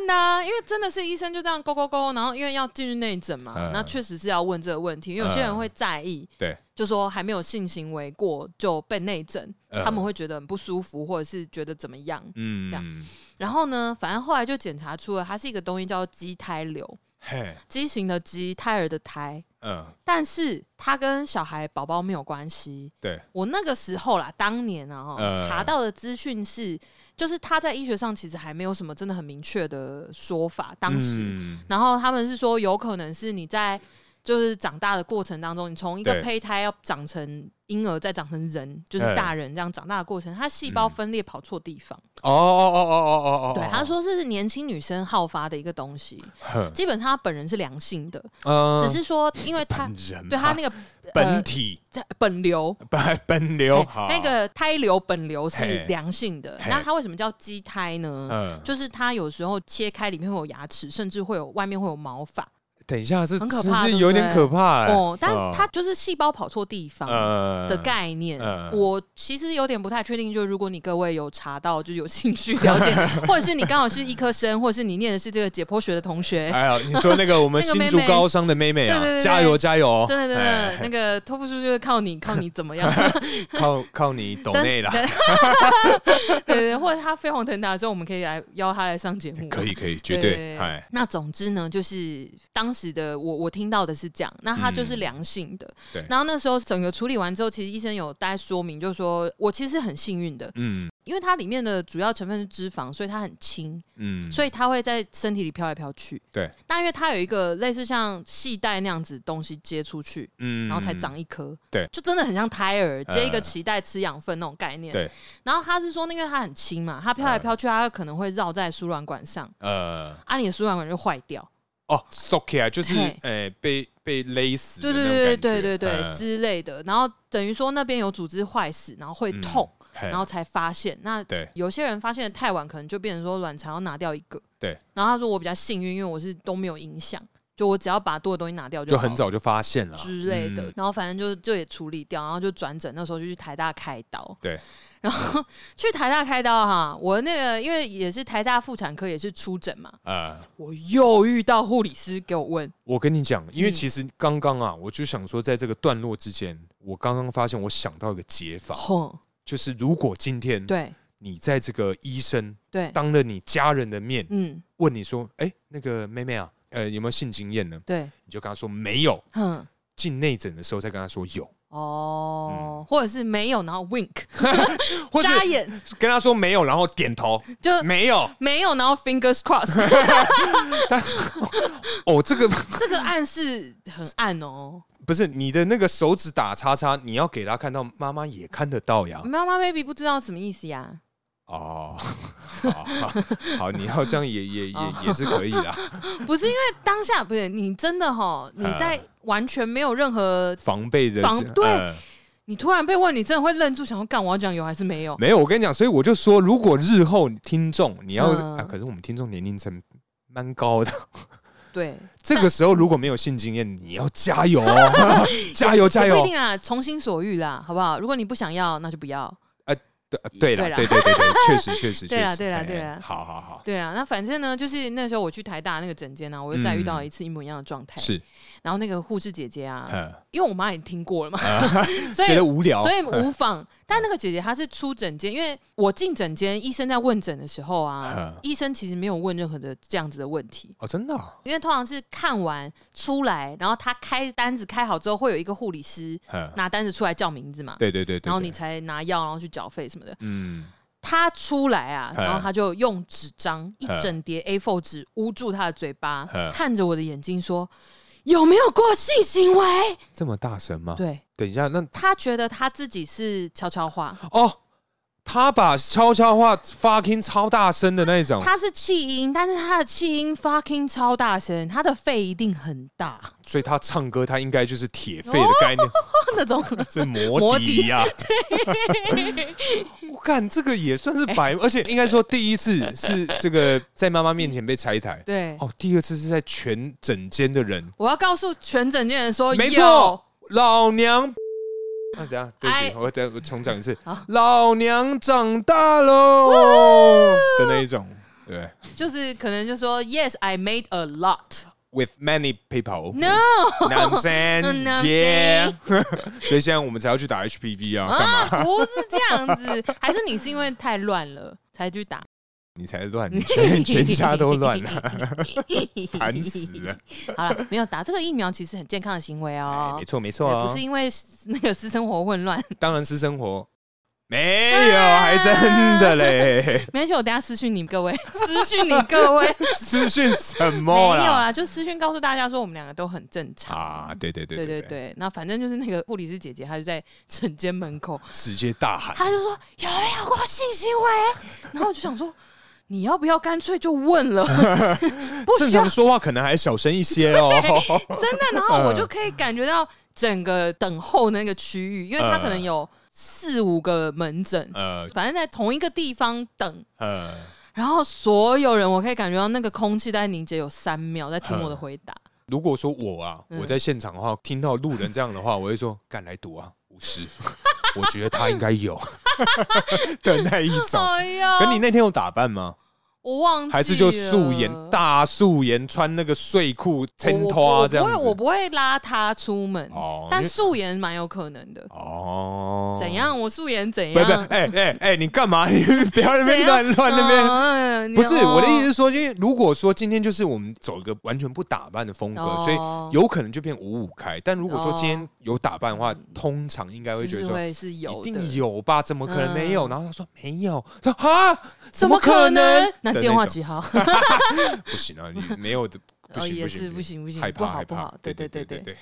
S2: 问啊，因为真的是医生就这样勾勾勾，然后因为要进入内诊嘛，
S1: 嗯
S2: 那确实是要问这个问题，因为有些人会在意，
S1: 对，
S2: 就说还没有性行为过就被内诊，
S1: 嗯
S2: 他们会觉得很不舒服，或者是觉得怎么样。这
S1: 嗯，
S2: 然后呢，反正后来就检查出了它是一个东西叫畸胎瘤，
S1: 嘿，
S2: 畸形的畸，胎儿的胎。
S1: 嗯，
S2: 但是它跟小孩宝宝没有关系。
S1: 对，
S2: 我那个时候啦，当年啊、哦
S1: 嗯
S2: 查到的资讯是，就是他在医学上其实还没有什么真的很明确的说法，当时。
S1: 嗯
S2: 然后他们是说，有可能是你在就是长大的过程当中，你从一个
S1: 对
S2: 胚胎要长成婴儿，再长成人，就是
S1: 嗯
S2: 大人这样长大的过程，它细胞
S1: 嗯
S2: 分裂跑错地方。
S1: 哦哦哦哦哦哦哦，
S2: 对，他说这是年轻女生好发的一个东西，
S1: 哼，
S2: 基本上她本人是良性的，
S1: 嗯，
S2: 只是说因为她
S1: 本人
S2: 对她那个
S1: 本体
S2: 呃本流。
S1: 本本流
S2: 嘿
S1: 哦好
S2: 哎那个胎瘤本流是
S1: 嘿
S2: 良性的，
S1: 嘿
S2: 那它为什么叫畸胎呢？
S1: 嗯，
S2: 就是它有时候切开里面会有牙齿，甚至会有外面会有毛发
S1: 等一下是
S2: 很可怕
S1: 是不
S2: 对不
S1: 是有点
S2: 对
S1: 可怕欸
S2: 哦。但
S1: 嗯
S2: 它就是细胞跑错地方
S1: 呃
S2: 的概念。
S1: 嗯
S2: 我其实有点不太确定，就如果你各位有查到，就是有兴趣了 解，或者是你刚好是医科生，或者是你念的是这个解剖学的同 学，
S1: 哎呀，你说那个我们
S2: 那个
S1: 新
S2: 妹
S1: 竹
S2: 妹
S1: 高商的妹妹啊
S2: 对对，对
S1: 加油加油！
S2: 真的真
S1: 哎
S2: 的，那个托付书就是靠你，靠你怎么 样？
S1: 靠靠你抖内啦，
S2: 对对，或者他飞黄腾达之后，我们可以来邀他来上节目。
S1: 可以可以，绝
S2: 对
S1: 对哎，
S2: 那总之呢，就是当时的我，我听到的是这样，那他就是良性的。
S1: 嗯对
S2: 然后那时候整个处理完之后，其实医生有大概说明，就是说我其实很幸运的，
S1: 嗯
S2: 因为它里面的主要成分是脂肪，所以它很轻，
S1: 嗯，
S2: 所以它会在身体里飘来飘去。
S1: 对，
S2: 但因为它有一个类似像系带那样子的东西接出去，
S1: 嗯
S2: 然后才长一颗，
S1: 对
S2: 就真的很像胎儿接一个
S1: 呃
S2: 脐带吃养分那种概念。
S1: 对，嗯
S2: 然后他是说，那因为它很轻嘛，它飘来飘去，它可能会绕在输卵管上，
S1: 呃
S2: 啊，你的输卵管就坏掉，
S1: 哦，sock 起来就是
S2: 嘿
S1: 哎被被勒死的
S2: 对
S1: 那
S2: 对
S1: 种
S2: 对
S1: 感觉，
S2: 对对对对
S1: 嗯
S2: 之类的。然后等于说那边有组织坏死，然后会痛，，
S1: 嗯
S2: 然后才发现。那
S1: 嘿对
S2: 有些人发现的太晚，可能就变成说卵巢要拿掉一个。
S1: 对。
S2: 然后他说我比较幸运，因为我是都没有影响，就我只要把多的东西拿掉
S1: 就
S2: 好
S1: 很
S2: 了
S1: 早就发现了
S2: 之类的。
S1: 嗯
S2: 然后反正就就也处理掉，然后就转诊，那时候就去台大开刀。
S1: 对，
S2: 然后去台大开刀哈，我那个因为也是台大妇产科也是出诊嘛，
S1: 呃，
S2: 我又遇到护理师给我问，
S1: 我跟你讲，因为
S2: 嗯
S1: 其实刚刚啊，我就想说，在这个段落之前，我刚刚发现我想到一个解法，
S2: 哼，
S1: 就是如果今天
S2: 对
S1: 你在这个医生
S2: 对，
S1: 当着你家人的面
S2: 嗯
S1: 问你说，哎，那个妹妹啊，呃，有没有性经验呢？
S2: 对，
S1: 你就跟他说没有，
S2: 哼。
S1: 进内诊的时候再跟他说有，
S2: 哦，或者是没有，然后 wink
S1: 嗯或是
S2: 眨眼，
S1: 跟他说没有，然后点头
S2: 就
S1: 没有。
S2: 没有，然后 fingers crossed，
S1: 哦，这个
S2: 这个暗示很暗哦。
S1: 不是你的那个手指打叉叉，你要给他看到，妈妈也看得到呀。
S2: 妈妈 baby 不知道什么意思 呀？
S1: 哦，好，好好，你要这样也也也
S2: 哦
S1: 也是可以的，
S2: 不是因为当下不是你真的哈，你
S1: 嗯
S2: 在完全没有任何，
S1: 防备人
S2: 防对
S1: 呃
S2: 你突然被问，你真的会愣住，想要干我要讲有还是没有？
S1: 没有，我跟你讲，所以我就说，如果日后听众你要、
S2: 嗯
S1: 啊，可是我们听众年龄层蛮高的，
S2: 对，
S1: 这个时候如果没有性经验，你要加油、 哦，加油加
S2: 也不
S1: 油
S2: 一！定啊，从心所欲啦，好不好？如果你不想要，那就不要。
S1: 对对
S2: 对
S1: 了，
S2: 啦
S1: 对对对对，确实 确实
S2: 对
S1: 确
S2: 啦
S1: 实，
S2: 对啦
S1: 哎
S2: 对
S1: 哎
S2: 啦
S1: 好好好，
S2: 对啊，那反正呢，就是那时候我去台大那个诊间呢，我又再遇到一次一模一样的状态。
S1: 嗯是，
S2: 然后那个护士姐姐啊，
S1: 嗯，
S2: 因为我妈也听过了嘛， 所
S1: 啊觉
S2: 以
S1: 得无聊，
S2: 所以 无妨。但那个姐姐她是出诊间，因为我进诊间，医生在问诊的时候啊
S1: 嗯，
S2: 医生其实没有问任何的这样子的问题，
S1: 哦，真的啊，
S2: 因为通常是看完出来，然后他开单子开好之后，会有一个护理师
S1: 嗯，
S2: 拿单子出来叫名字嘛，
S1: 对对对对对，
S2: 然后你才拿药，然后去缴费什么的。
S1: 嗯，
S2: 他出来啊，
S1: 嗯
S2: 然后他就用纸张一
S1: 嗯
S2: 整叠 A4 纸捂住他的嘴巴
S1: 嗯，
S2: 看着我的眼睛说：“有没有过性行为
S1: 这么大声吗？？”
S2: 对
S1: 等一下，那
S2: 他觉得他自己是悄悄话，
S1: 哦，他把悄悄话 fucking 超大声的那一种，
S2: 他是气音，但是他的气音 fucking 超大声，他的肺一定很大，
S1: 所以他唱歌他应该就是铁肺
S2: 哦
S1: 的概念，
S2: 那种
S1: 这
S2: 摩
S1: 摩
S2: 笛
S1: 笛 呀、 我看这个也算是白，而且应该说第一次是这个在妈妈面前被拆台，
S2: 对。
S1: 哦，第二次是在全整间的人，
S2: 我要告诉全整件人说，
S1: 没
S2: 哦有
S1: 错，老娘。啊，等一下，对不
S2: 哎
S1: 起，我等我重讲一次
S2: 好，
S1: 老娘长大喽的那一种，对
S2: 就是可能就说 Yes, I made a lot.
S1: ，with many people，
S2: No，
S1: 男 生
S2: 男生
S1: 耶， 所以现在我们才要去打 HPV 啊，干嘛？
S2: 啊， 不是这样子，还是你是因为太乱了才去打？
S1: 你才乱，你全全家都乱啊 了，烦死了。
S2: 好了，没有打这个疫苗，其实很健康的行为哦
S1: 没。错没错
S2: 对
S1: 啊
S2: 不是，因为那个私生活混乱，
S1: 当然是生活。没有，
S2: 啊
S1: 还真的 嘞，
S2: 没关系，我等一下私讯你 各位，私讯你各位，
S1: 私讯什
S2: 没
S1: 么
S2: 有啊
S1: 啦？
S2: 啦，就私讯告诉大家说我们两个都很正常。
S1: 啊，对对对
S2: 对
S1: 对
S2: 对
S1: 对，
S2: 对，那反正就是那个护理师姐姐，她就在诊间 门口，
S1: 直接大喊，
S2: 他就说有没有过性行为？然后我就想说，你要不要干脆就问 了？不
S1: 正
S2: 需要
S1: 常说话可能还小声一些哦。
S2: 真的。然后我就可以感觉到整个等候那个区域，因为他可
S1: 嗯
S2: 能有四五个门诊，
S1: 呃
S2: 反正在同一个地方等。
S1: 呃，
S2: 然后所有人，我可以感觉到那个空气在凝结有三秒，在听我
S1: 嗯
S2: 的回答。
S1: 如果说我啊，
S2: 嗯
S1: 我在现场的话，听到路人这样的话，我会说干来赌啊，五 十，我觉得他应该有的那一种。
S2: 哎呀，
S1: 可你那天有打扮吗？
S2: 我忘记了
S1: 还是就素颜，大素颜，穿那个睡裤、衬
S2: 我
S1: 拖
S2: 我
S1: 这样
S2: 不
S1: 子？
S2: 会，我不会拉他出门，
S1: 哦
S2: 但
S1: 因为
S2: 素颜蛮有可能的。
S1: 哦，
S2: 怎？样？我素颜怎
S1: 不
S2: 样？
S1: 不，哎哎哎，你干嘛？ 你不要那边乱乱那
S2: 哦
S1: 边。
S2: 边
S1: 不是我的意
S2: 哦
S1: 思是说，因为如果说今天就是我们走一个完全不打扮的风格，所以
S2: 以
S1: 有可能就变五五开。但如果说
S2: 哦嗯
S1: 今天有打扮的话，通常应该会觉得
S2: 是
S1: 说。
S2: 会是有
S1: 一
S2: 的，
S1: 定有吧？怎么可能没有？
S2: 嗯
S1: 然后他说没有，他说啊，
S2: 怎
S1: 么
S2: 可
S1: 能？
S2: 那
S1: 的
S2: 电话
S1: 种
S2: 几号？
S1: 不行啊，你没有的不
S2: 哦，
S1: 行，
S2: 也是不
S1: 不行，
S2: 行不行，
S1: 害
S2: 不
S1: 怕
S2: 好
S1: 害
S2: 不
S1: 怕
S2: 好，，对
S1: 对
S2: 对
S1: 对对，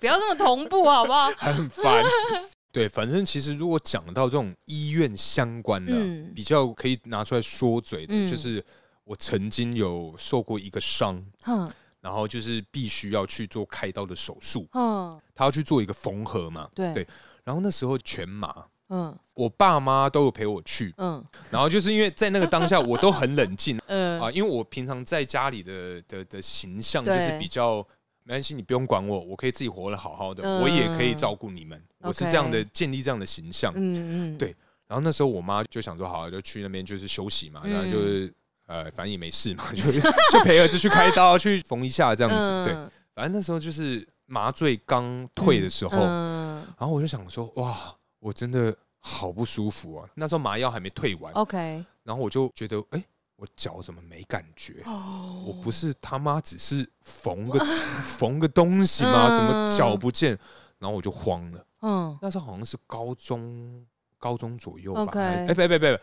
S2: 不要这么同步好不好？
S1: 很烦。 对，反正其实如果讲到这种医院相关的，
S2: 嗯
S1: 比较可以拿出来说嘴的，
S2: 嗯
S1: 就是我曾经有受过一个伤，
S2: 哼
S1: 然后就是必须要去做开刀的手术，
S2: 哼，
S1: 他要去做一个缝合嘛，
S2: 对
S1: 对然后那时候全麻。
S2: 嗯
S1: 我爸妈都有陪我去，
S2: 嗯
S1: 然后就是因为在那个当下，我都很冷 静
S2: 呃
S1: 啊，因为我平常在家里的的的形象就
S2: 对
S1: 是比较没关系，你不用管我，我可以自己活得好好的，
S2: 嗯
S1: 我也可以照顾你们，我是
S2: OK
S1: 这样的建立这样的形象。
S2: 嗯嗯，
S1: 对然后那时候我妈就想说，好啊，就去那边就是休息嘛，
S2: 嗯
S1: 然后就是呃，反正也没事嘛，就是 就陪儿子去开刀，去缝一下这
S2: 这
S1: 样子。对，
S2: 嗯
S1: 反正那时候就是麻醉刚退的时候，
S2: 嗯
S1: 然后我就想说，哇，我真的好不舒服啊！那时候麻药还没退完，
S2: ，OK，
S1: 然后我就觉得，哎、我脚怎么没感觉？
S2: 哦
S1: 我不是他妈只是缝 个缝个东西吗？怎么脚不见？然后我就慌了。
S2: 嗯
S1: 那时候好像是高中高中左右吧
S2: OK
S1: 还哎，别别别，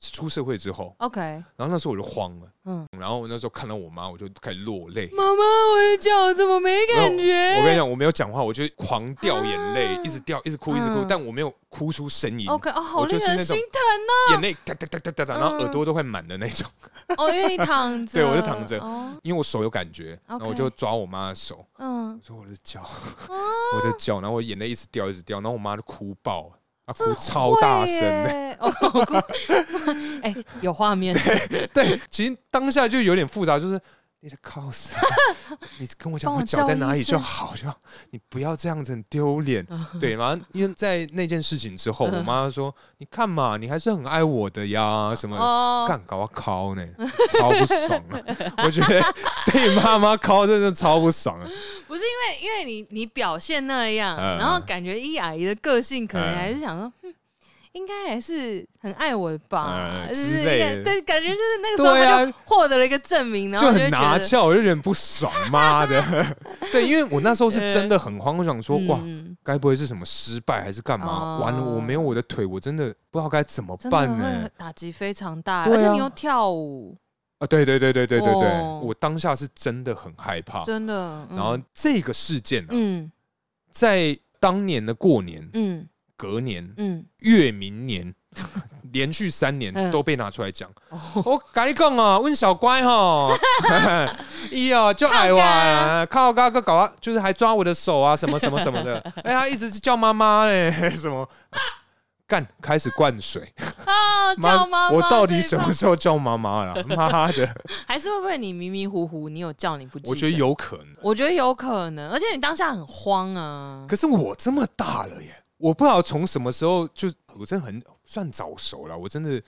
S1: 出社会之后，
S2: OK，
S1: 然后那时候我就慌了，
S2: 嗯
S1: 嗯，然后我那时候看到我妈，我就开始落泪。
S2: 妈妈，我的脚怎么没感觉？
S1: 我跟你讲，我没有讲话，我就狂掉眼泪，
S2: 啊
S1: 一直掉，一直哭，一直哭
S2: 嗯，
S1: 但我没有哭出声音，
S2: OK，哦，好
S1: 我就
S2: 令
S1: 是
S2: 人
S1: 那
S2: 心
S1: 种
S2: 疼
S1: 眼泪哒哒哒哒哒哒，然后
S2: 嗯
S1: 耳朵都快满的那种，
S2: 啊！哦，因为你躺着，
S1: 对我就躺着
S2: 哦，
S1: 因为我手有感觉，然后我
S2: OK 啊
S1: 就抓我妈的手，
S2: 嗯
S1: 我，说我的脚，我的脚，然后我眼泪一直掉，一直掉，然后我妈就哭爆了，她哭超大声的。
S2: 的，哦，我哭， 哎，有画面，
S1: 对，其实当下就有点复杂，就是你的 cos，你跟我讲
S2: 帮我
S1: 我脚在哪
S2: 叫医
S1: 里
S2: 生
S1: 就好，就好你不要这样子很丢脸。对，然后因为在那件事情之后，我
S2: 嗯
S1: 妈说：“你看嘛，你还是很爱我的呀，什么的。”
S2: 哦，
S1: 干搞我敲呢，超不爽的。我觉得被妈妈敲真的超不爽的。啊
S2: 不是因为因为你你表现那样，
S1: 嗯
S2: 然后感觉一阿姨的个性可能
S1: 嗯
S2: 还是想说，嗯，应该还是很爱我吧，
S1: 嗯
S2: 就是
S1: 之
S2: 一
S1: 类
S2: 个
S1: 的
S2: 对，感觉就是那个时候
S1: 对
S2: 他
S1: 啊
S2: 就获得了一个证明， 然后
S1: 就
S2: 就会
S1: 很
S2: 觉
S1: 拿
S2: 得
S1: 翘，我就有点不爽，妈 的！对，因为我那时候是真的很慌，我想说，哇，
S2: 嗯
S1: 该不会是什么失败还是干嘛？
S2: 哦
S1: 完了，我没有我的腿，我真的不知道该怎么
S2: 真的
S1: 办呢、
S2: 会打击非常大，
S1: 欸对
S2: 而
S1: 啊
S2: 且你又跳舞，
S1: 啊，对对对对对对对，
S2: 哦
S1: 我当下是真的很害怕。
S2: 真的。嗯
S1: 哦然后这个事件呢、
S2: 嗯
S1: 在当年的过年、
S2: 嗯
S1: 隔年、
S2: 嗯，
S1: 月明 年，连续三年
S2: 嗯
S1: 都被拿出来讲。
S2: 哦
S1: 我跟你讲啊，问小乖 哈， 哎呀，就矮娃啊，靠嘎哥搞啊，就是还抓我的手啊，什么什么什 么的。哎，他一直叫妈妈嘞， 什么干开始灌水。
S2: 啊，叫妈妈，
S1: 我到
S2: 这
S1: 底
S2: 一
S1: 什
S2: 趴
S1: 么时候叫妈妈 了？妈的，
S2: 还是会不会你迷迷糊糊，你有叫你不记？
S1: 我觉得，有可能。
S2: 我觉得有可能，而且你当下很慌啊。
S1: 可是我这么大了耶，我不知道从什么时候就，我真的很算早熟了。我真的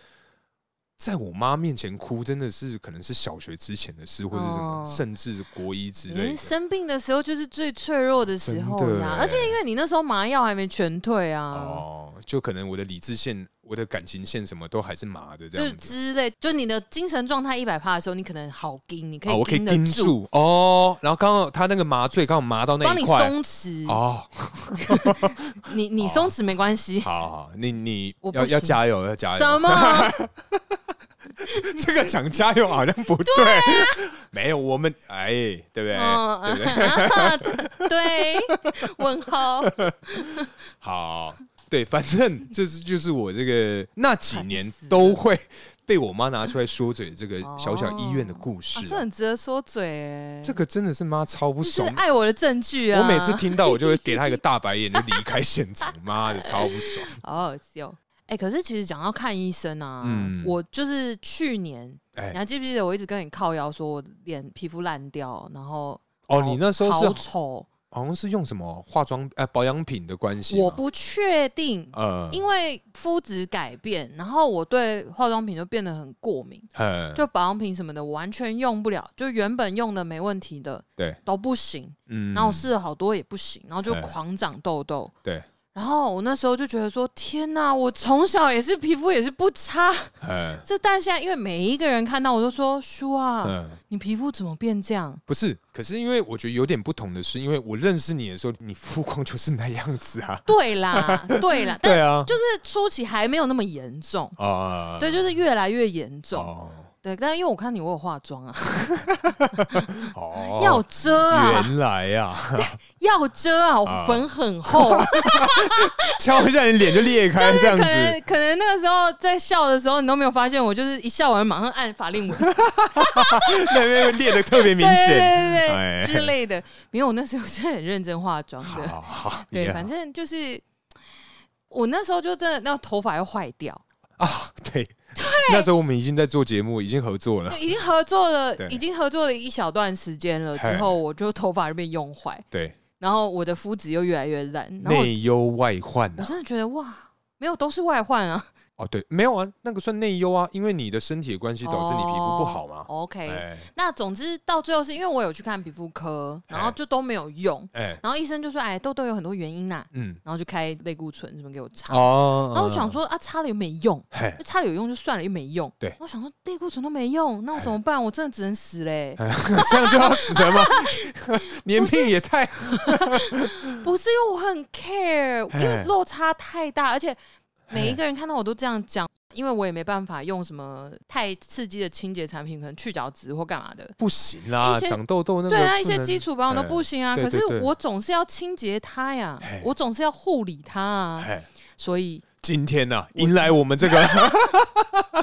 S1: 在我妈面前哭，真的是可能是小学之前的事，或者是什么，
S2: 哦
S1: 甚至国一之
S2: 你
S1: 类
S2: 是
S1: 的。
S2: 生病的时候就是最脆弱的时候
S1: 真的
S2: 呀
S1: 欸，
S2: 而且因为你那时候麻药还没全退啊，
S1: 哦，就可能我的理智线、我的感情线什么都还是麻的这
S2: 就是
S1: 样子。
S2: 之类，就你的精神状态一百趴的时候，你可能好盯，你可
S1: 哦，
S2: 以
S1: 我可以
S2: 得
S1: 盯，住哦，然后刚好他那个麻醉刚好麻到那
S2: 帮
S1: 一
S2: 你
S1: 块
S2: 松弛。
S1: 哦，
S2: 你你
S1: 哦
S2: 松弛没关系，
S1: 好哎好，你你
S2: 我不
S1: 要要
S2: 行
S1: 加油，要加油，
S2: 怎么？
S1: 这个讲加油好像不对， 没有我们哎，对 不对？
S2: 啊嗯
S1: 对不对？
S2: 对，问 号。
S1: 好，对，反正就是就是我这个那几年都会被我妈拿出来说嘴这个小小医院的故
S2: 啊
S1: 事
S2: 这
S1: 啊、
S2: 很值得说嘴哎，
S1: 这个真的是妈超不
S2: 这是哎
S1: 爽。
S2: 爱我的证据啊！
S1: 我每次听到，我就会给她一个大白眼，就离开现场。妈的，超不 爽！
S2: 好好笑。哎、可是其实讲到看医生啊，
S1: 嗯
S2: 我就是去年，你
S1: 哎，
S2: 还记不记得我一直跟你靠腰说我脸皮肤烂掉，然后
S1: 哦，
S2: 好
S1: 你那时候
S2: 好
S1: 是
S2: 丑，
S1: 好像是用什么化妆呃保养品的关系吗？
S2: 我不确定，
S1: 呃，
S2: 因为肤质改变，然后我对化妆品就变得很过敏，
S1: 呃
S2: 就保养品什么的我完全用不了，就原本用的没问题的
S1: 对，
S2: 都不行，
S1: 嗯
S2: 然后试了好多也不行，然后就
S1: 哎
S2: 狂长痘痘。
S1: 对，
S2: 然后我那时候就觉得说，天哪！我从小也是皮肤也是不差，
S1: 呃
S2: 这但现在因为每一个人看到我都说，叔啊，
S1: 嗯。
S2: 你皮肤怎么变这样？
S1: 不是，可是因为我觉得有点不同的是，因为我认识你的时候，你肤况就是那样子啊。
S2: 对 啦，对啦，但
S1: 对啊，
S2: 就是初期还没有那么严重，
S1: 啊，
S2: 对，就是越来越严重。
S1: 哦
S2: 对，但因为我看你我有化妆啊，
S1: 哦，
S2: 哎要遮啊，
S1: 原来啊，
S2: 要遮啊，我
S1: 啊
S2: 粉 很厚，
S1: 敲一下你脸就裂开这样
S2: 可
S1: 子，
S2: 能可能那个时候在笑的时候，你都没有发现，我就是一笑完马上按法令纹，
S1: 那边会裂的特 别明显。
S2: 对对对
S1: 哎
S2: 之类的。没有，我那时候真的很认真化妆的。
S1: 好好，
S2: 对，
S1: 也
S2: 反正就是我那时候就真的那头发又坏掉，
S1: 啊，对，那时候我们已经在做节目，已经合作了
S2: 就，已经合作了，
S1: 对
S2: 已经合作了一小段时间了。之
S1: 嘿
S2: 后我就头发就被用坏，
S1: 对，
S2: 然后我的肤质又越来越烂，然后我
S1: 内忧外患
S2: 我
S1: 啊，
S2: 真的觉得哇，没有都是外患啊，
S1: 哦，对，没有啊，那个算内忧啊，因为你的身体的关系导致你皮肤不好嘛
S2: 哦，OK，
S1: 哎
S2: 那总之到最后是因为我有去看皮肤科，然后
S1: 嘿
S2: 就都没有用，
S1: 哎，
S2: 然后医生就说哎痘痘有很多原因啦，
S1: 嗯，
S2: 然后就开类固醇什么给我擦，
S1: 哦，
S2: 然后我想，说啊，擦了又没用，
S1: 嘿，
S2: 就擦了有用就算了，又没用。
S1: 对哎
S2: 然后我想说类固醇都没用，那我怎么办？我真的只能死嘞、
S1: 这样就要死了 吗？年命也太……
S2: 不是因为我很 care，因为
S1: 哎
S2: 落差太大，而且每一个人看到我都这样讲，因为我也没办法用什么太刺激的清洁产品，可能去角质或干嘛的。
S1: 不行啦
S2: 一，些
S1: 长痘痘那个
S2: 对啊，
S1: 不
S2: 一些
S1: 能
S2: 基础保养都
S1: 哎
S2: 不行啊。
S1: 对
S2: 可
S1: 对
S2: 是
S1: 对
S2: 我总是要清洁它呀
S1: 哎，
S2: 我总是要护理它啊。
S1: 哎，
S2: 所以
S1: 今天呢、迎来我们这个，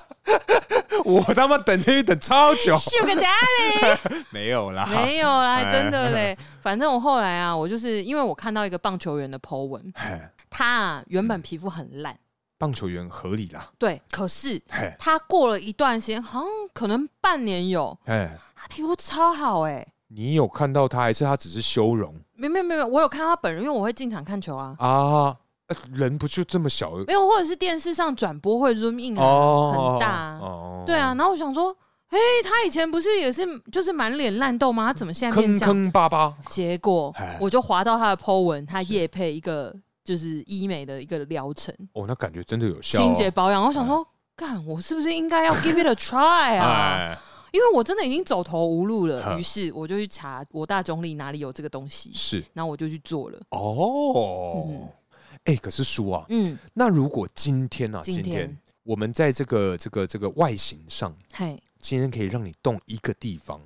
S1: 我他妈等这一等超久，
S2: ，Sugar Daddy
S1: 没有啦，
S2: 没有啦，
S1: 哎
S2: 真的嘞。反正我后来啊，我就是因为我看到一个棒球员的 Po 文，
S1: 哎
S2: 他啊原本皮肤很烂，
S1: 棒球员合理啦，
S2: 对，可是
S1: 哎
S2: 他过了一段时间，好像可能半年有，
S1: 哎，
S2: 他啊皮肤超好哎、
S1: 你有看到他，还是他只是修容
S2: 没没没有，我有看到他本人，因为我会进场看球啊，
S1: 啊？呃人不就这么小
S2: 没有，或者是电视上转播会 zoom in 啊，
S1: 哦，
S2: 很大啊
S1: 哦
S2: 对啊，，然后我想说，哎、他以前不是也是就是满脸烂痘吗？他怎么现在变
S1: 坑
S2: 这样？
S1: 坑巴巴，
S2: 结果
S1: 哎
S2: 我就滑到他的 po 文，他
S1: 是
S2: 夜配一个就是医美的一个疗程，
S1: 哦，那感觉真的有效、哦，
S2: 清洁保养。我想说，干，我是不是应该要 give it a try 啊？
S1: 哎，
S2: 因为我真的已经走投无路了，
S1: 哼
S2: 于是我就去查我大中立哪里有这个东西，
S1: 是
S2: 然后我就去做了。
S1: 哦。
S2: 嗯
S1: 哎、可是叔啊，
S2: 嗯，
S1: 那如果今天啊，
S2: 今
S1: 今天
S2: 天
S1: 我们在这个这个这个外形上，
S2: 嘿，
S1: 今天可以让你动一个地方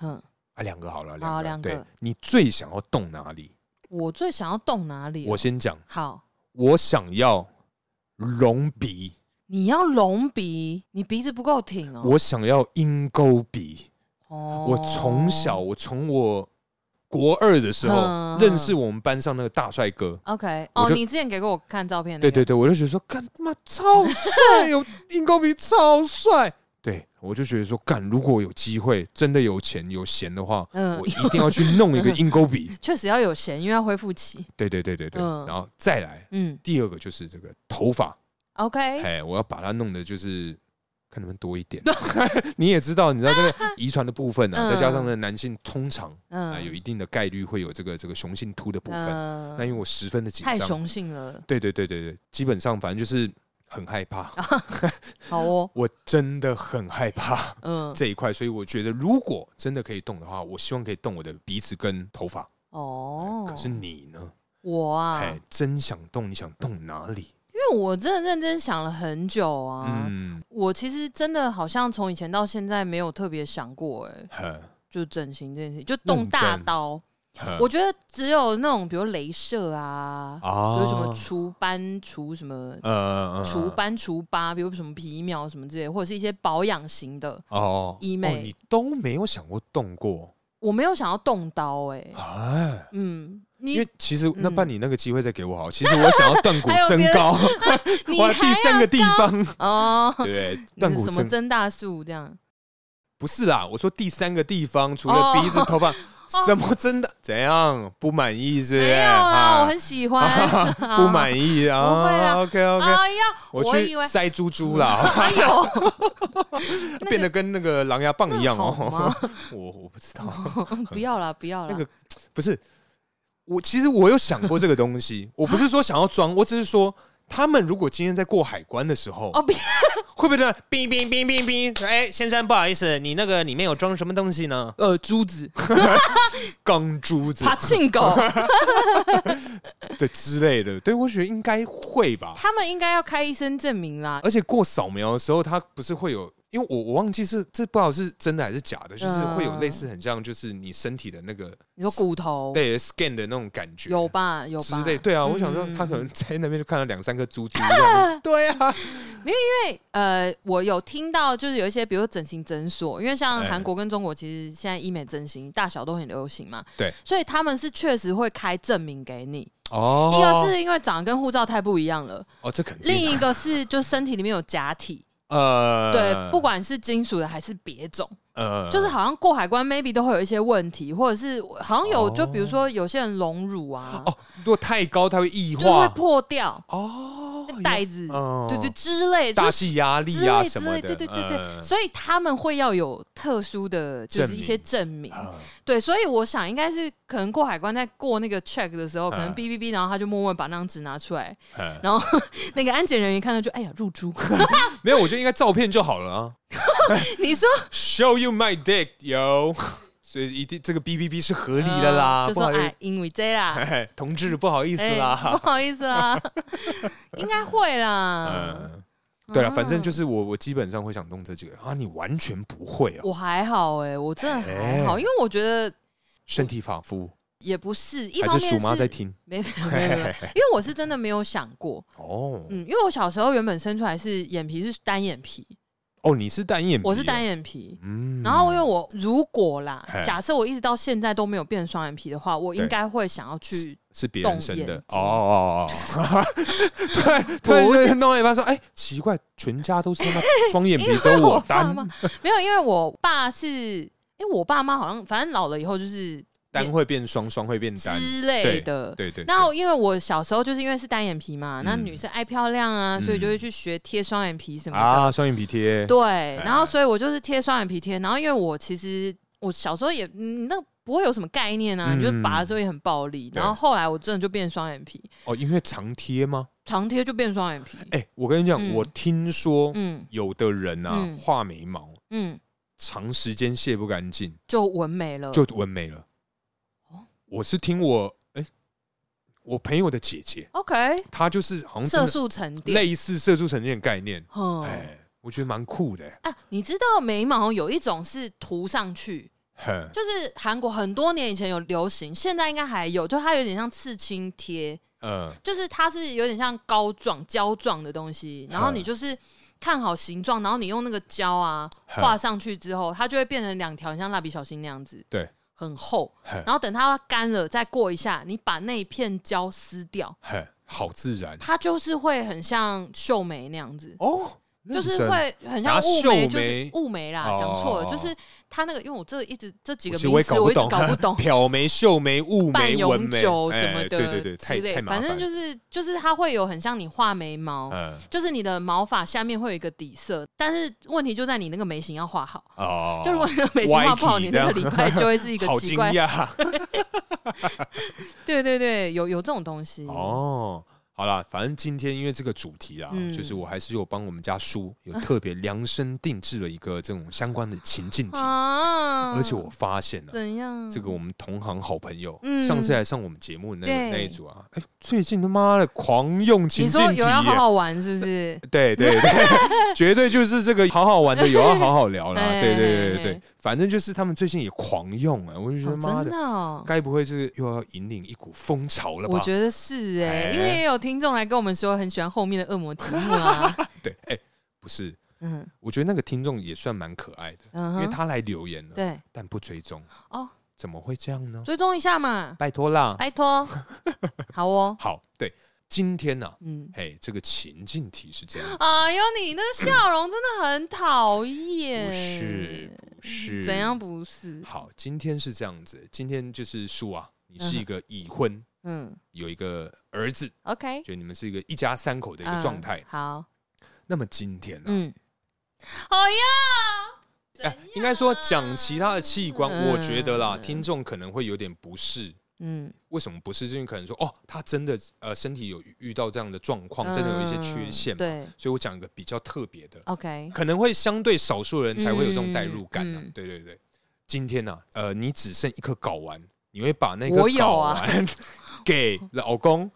S2: 嗯，
S1: 啊，两个好了，
S2: 好
S1: 两
S2: 两
S1: 个，
S2: 个
S1: 对你最想要动哪里？
S2: 我最想要动哪里啊、
S1: 我先讲，
S2: 好，
S1: 我想要隆鼻，
S2: 你要隆鼻，你鼻子不够挺哦。
S1: 我想要鹰钩鼻。
S2: 哦
S1: 我从小，我从我国二的时候
S2: 嗯
S1: 认识我们班上那个大帅哥，
S2: OK，
S1: 我
S2: 哦，
S1: 就
S2: 你之前给过我看照片、那
S1: 对
S2: 个，
S1: 对对，我就觉得说，干他妈超 帅哦，鹰钩鼻超帅。对，我就觉得说，干如果有机会，真的有钱有闲的话，
S2: 嗯
S1: 我一定要去弄一 个鹰钩鼻。
S2: 确实要有闲，因为要恢复期。
S1: 对对对对对，
S2: 嗯
S1: 然后再来
S2: 嗯
S1: 第二个就是这个头发，
S2: ，OK，
S1: 哎，我要把它弄的就是看能不能多一 点。你也知道，你知道这个遗传的部分呢、啊，
S2: 嗯
S1: 再加上呢男性通常啊、
S2: 嗯，
S1: 有一定的概率会有这个这个雄性秃的部分。
S2: 嗯
S1: 那因为我十分的紧
S2: 太
S1: 张，
S2: 雄性了，
S1: 对对对对对，基本上反正就是很害怕，
S2: 好哦，
S1: 我真的很害 怕
S2: 嗯，
S1: 这一块，所以我觉得如果真的可以动的话，我希望可以动我的鼻子跟头发。
S2: 哦，
S1: 可是你呢？
S2: 我啊，
S1: 哎，真想动，你想动哪里？
S2: 因为我真的认真想了很久啊，
S1: 嗯，
S2: 我其实真的好像从以前到现在没有特别想过、哎，
S1: 呵
S2: 就整形这件事，就动大刀，
S1: 呵
S2: 我觉得只有那种比如镭射啊，比
S1: 啊
S2: 如什么除斑、除什么
S1: 呃
S2: 除斑、除疤，比如什么皮秒什么之类，或者是一些保养型的，
S1: 哦
S2: 医
S1: 哦
S2: 美
S1: 你都没有想过动过
S2: 我没有想要动刀、哎，
S1: 哎。
S2: 嗯，
S1: 因
S2: 你
S1: 为其实那
S2: 嗯
S1: 办你那个机会再给我好，其实我想要断骨
S2: 还有
S1: 增
S2: 别的
S1: 高，
S2: 你
S1: 哇，第三个地方，
S2: 哦，
S1: 对，
S2: 那
S1: 断
S2: 个
S1: 骨
S2: 什么
S1: 增
S2: 增大术这样，
S1: 不是啦，我说第三个地方除
S2: 哦
S1: 了鼻子、头 发，什么真的怎样不满意是不是？
S2: 没有
S1: 啊
S2: 啊，我很喜欢，
S1: 不满意
S2: 不会
S1: 啊
S2: 啦
S1: ，OK OK，
S2: 哎呀，
S1: 我
S2: 我
S1: 去
S2: 以为
S1: 塞猪猪 啦，
S2: 哎呦，个
S1: 变得跟那个狼牙棒一样
S2: 那好
S1: 哦
S2: 吗。
S1: 我我不知道，
S2: 不要啦，不要啦。
S1: 那个不是我，其实我有想过这个东 西，我不是说想要装，我只是说。他们如果今天在过海关的时候，
S2: 哦 不要
S1: 会不会这样？哔哔哔哔哔！哎，先生，不好意思，你那个里面有装什么东西呢？
S2: 呃，珠子、
S1: 钢珠子，
S2: 爬庆狗，
S1: 对之类的，对我觉得应该会吧。
S2: 他们应该要开医生证明啦。
S1: 而且过扫描的时候，它不是会有，因为我我忘记是这不知道是真的还是假的，就是
S2: 嗯
S1: 会有类似很像就是你身体的那个
S2: 你说骨头
S1: 对 scan 的那种感觉，
S2: 有吧？有
S1: 之
S2: 吧？
S1: 类。对啊，
S2: 嗯
S1: 我想说
S2: 嗯
S1: 他可能在那边就看到两三颗珠珠这 样，对啊，
S2: 因为呃，我有听到就是有一些，比如说整形诊所，因为像
S1: 哎
S2: 韩国跟中国，其实现在医美整形大小都很流行嘛。
S1: 对，
S2: 所以他们是确实会开证明给你。
S1: 哦
S2: 一个是因为长得跟护照太不一样了，
S1: 哦，这肯定
S2: 另一个是就身体里面有假体，
S1: 呃
S2: 对，不管是金属的还是别种。
S1: 呃
S2: 就是好像过海关 maybe 都会有一些问题，或者是好像有、
S1: 哦
S2: 就比如说有些人隆乳啊，
S1: 哦，如果太高它会异
S2: 就是会
S1: 化
S2: 破掉
S1: 哦，
S2: 袋子，
S1: 嗯
S2: 对对之类，
S1: 大
S2: 就是
S1: 气压力啊
S2: 之
S1: 什么
S2: 类之
S1: 的，
S2: 类，对对对对，
S1: 嗯
S2: 所以他们会要有特殊的，就是一些证明，
S1: 啊
S2: 对，所以我想应该是可能过海关在过那个 check 的时候，可能
S1: 嗯
S2: B B B，然后他就默默把那张纸拿出来，
S1: 嗯
S2: 然后那个安检人员看到就哎呀入珠，
S1: 没有，我觉得应该照片就好了啊。
S2: 你说
S1: Show you my dick, yo！所 以一定这个 B B B 是合理的啦，
S2: 嗯就
S1: 不
S2: 说
S1: 好意
S2: 哎
S1: 思，
S2: 因为这啦，
S1: 嘿嘿同志不好意思啦，
S2: 哎不好意思啦。应该会啦。
S1: 嗯，对了，
S2: 啊
S1: 反正就是我我基本上会想动这几个啊，你完全不会哦，
S2: 我还好哎、我真的还好，因为我觉得
S1: 身体发肤
S2: 也不是一
S1: 还
S2: 方
S1: 是
S2: 面
S1: 鼠妈在听
S2: 没没有没有没有，因为我是真的没有想过，
S1: 哦
S2: 嗯，因为我小时候原本生出来是眼皮是单眼皮，
S1: 哦，你是单眼皮，
S2: 我是单，眼皮。
S1: 嗯
S2: 然后，因为我如果啦
S1: 嘿，
S2: 假设我一直到现在都没有变双眼皮的话，我应该会想要去
S1: 是别人生
S2: 动
S1: 的
S2: 眼
S1: 哦
S2: 睛
S1: 哦哦 哦，对，突然
S2: 不
S1: 突
S2: 是
S1: 然弄到一半说，哎，奇怪，全家都是 他妈双眼皮，只有
S2: 我爸
S1: 单
S2: 妈没有，因为我爸是，哎，我爸妈好像反正老了以后就是
S1: 单会变双，双会变单，
S2: 之类的。
S1: 对对，
S2: 那
S1: 对
S2: 因为我小时候就是因为是单眼皮嘛，那
S1: 嗯
S2: 女生爱漂亮啊，所以
S1: 嗯
S2: 就会去学贴双眼皮什么的。
S1: 啊，双眼皮贴，
S2: 对，然后所以我就是贴双眼皮贴，然后因为我其实我小时候也嗯那不会有什么概念啊，
S1: 嗯
S2: 你就拔了之后也很暴力，
S1: 对
S2: 然后后来我真的就变双眼皮，
S1: 哦，因为常贴吗？
S2: 长贴就变双眼皮，
S1: 哎，我跟你讲，
S2: 嗯
S1: 我听说
S2: 嗯
S1: 有的人啊
S2: 嗯，
S1: 画眉毛
S2: 嗯，
S1: 长时间卸不干净，
S2: 就纹眉了，
S1: 就纹眉了
S2: 呃哦。
S1: 我是听我哎，我朋友的姐姐，
S2: OK，
S1: 她就是好像真
S2: 色
S1: 的
S2: 素沉淀，
S1: 类似色素沉淀的概念，
S2: 嗯，
S1: 哎，我觉得蛮酷的，
S2: 啊，你知道眉毛有一种是涂上去，
S1: 哼，
S2: 就是韩国很多年以前有流行，现在应该还有，就它有点像刺青贴，
S1: 嗯，
S2: 就是它是有点像膏状、胶状的东西，然后你
S1: 嗯
S2: 就是看好形状，然后你用那个胶啊
S1: 嗯
S2: 画上去之后，它就会变成两条，像蜡笔小新那样子，
S1: 对，
S2: 很厚
S1: 嗯。
S2: 然后等它干了再过一下，你把那一片胶撕掉，
S1: 哼，好自然
S2: 它就是会很像秀眉那样子。
S1: 哦，
S2: 就是
S1: 认真。
S2: 会很像
S1: 拿
S2: 雾
S1: 啊秀
S2: 眉，就是
S1: 眉
S2: 雾眉啦，
S1: 哦
S2: 讲错了，
S1: 哦
S2: 就是它那个，因为我这一直这几个
S1: 其实我
S2: 名
S1: 也
S2: 词我一直搞不 懂，
S1: 挑眉、秀眉、雾
S2: 半
S1: 眉、纹
S2: 永
S1: 眉
S2: 久
S1: 哎
S2: 什么的，
S1: 对对对，太
S2: 之类
S1: 太，麻
S2: 反
S1: 烦。
S2: 正就是就是它会有很像你画眉毛，
S1: 嗯
S2: 就是你的毛发下面会有一个底色，但是问题就在你那个眉形要画好。
S1: 哦，
S2: 就如果你的眉形画不好，
S1: 歪
S2: 你
S1: 题
S2: 那个礼拜就会是一个
S1: 好
S2: 奇
S1: 惊
S2: 怪。
S1: 讶
S2: 对对对，有有这种东西。
S1: 哦。好啦，反正今天因为这个主题啊，
S2: 嗯
S1: 就是我还是有帮我们家叔有特别量身定制了一个这种相关的情境题，
S2: 啊！
S1: 而且我发现了、
S2: 怎样？
S1: 这个我们同行好朋友，
S2: 嗯
S1: 上次来上我们节目的那
S2: 对
S1: 个那一组啊，哎、最近他妈的狂用情
S2: 你
S1: 境
S2: 说
S1: 题
S2: 有要
S1: 耶
S2: 好好玩是不是？
S1: 对对 对，绝对就是这个好好玩的，有要好好聊啦。
S2: 哎
S1: 对对对
S2: 哎
S1: 对
S2: 哎
S1: 对，反正就是他们最近也狂用啊，我就觉得
S2: 哦
S1: 妈
S2: 真的
S1: 的，
S2: 哦。
S1: 该不会是又要引领一股风潮了吧
S2: 我？觉得是哎、
S1: 哎
S2: 因为也有听众来跟我们说很喜欢后面的恶魔题 目啊，
S1: 对，哎，不是，
S2: 嗯
S1: 我觉得那个听众也算蛮可爱的，
S2: 嗯
S1: 因
S2: 哼，
S1: 为他来留言了，
S2: 对
S1: 但不追踪
S2: 哦，
S1: 怎么会这样呢？
S2: 追踪一下嘛，
S1: 拜托啦！
S2: 拜托，好哦，
S1: 好，对，今天呢，
S2: 嗯，
S1: 哎，这个情境题是这样子，
S2: 哎呦，你那个笑容真的很讨厌，
S1: 不是不是
S2: 怎样？不是？
S1: 好，今天是这样子，今天就是叔啊，你是一个已婚，
S2: 嗯
S1: 有一个儿子。
S2: ，OK，
S1: 就你们是一个一家三口的一个
S2: 嗯
S1: 状态。
S2: 好，
S1: 那么今天呢、
S2: 嗯，好呀，怎
S1: 哎
S2: 样
S1: 应该说讲其他的器官，
S2: 嗯
S1: 我觉得啦，听众可能会有点不适。
S2: 嗯，
S1: 为什么不适？就是可能说，哦，他真的呃身体有遇到这样的状况，真的有一些缺陷
S2: 嗯
S1: 嘛。
S2: 对
S1: 所以我讲一个比较特别的，
S2: ，OK，
S1: 可能会相对少数人才会有这种代入感啊。
S2: 嗯嗯
S1: 对对对，今天呢、呃，你只剩一颗睾丸，你会把那个
S2: 我有
S1: 睾
S2: 啊
S1: 丸 给老公，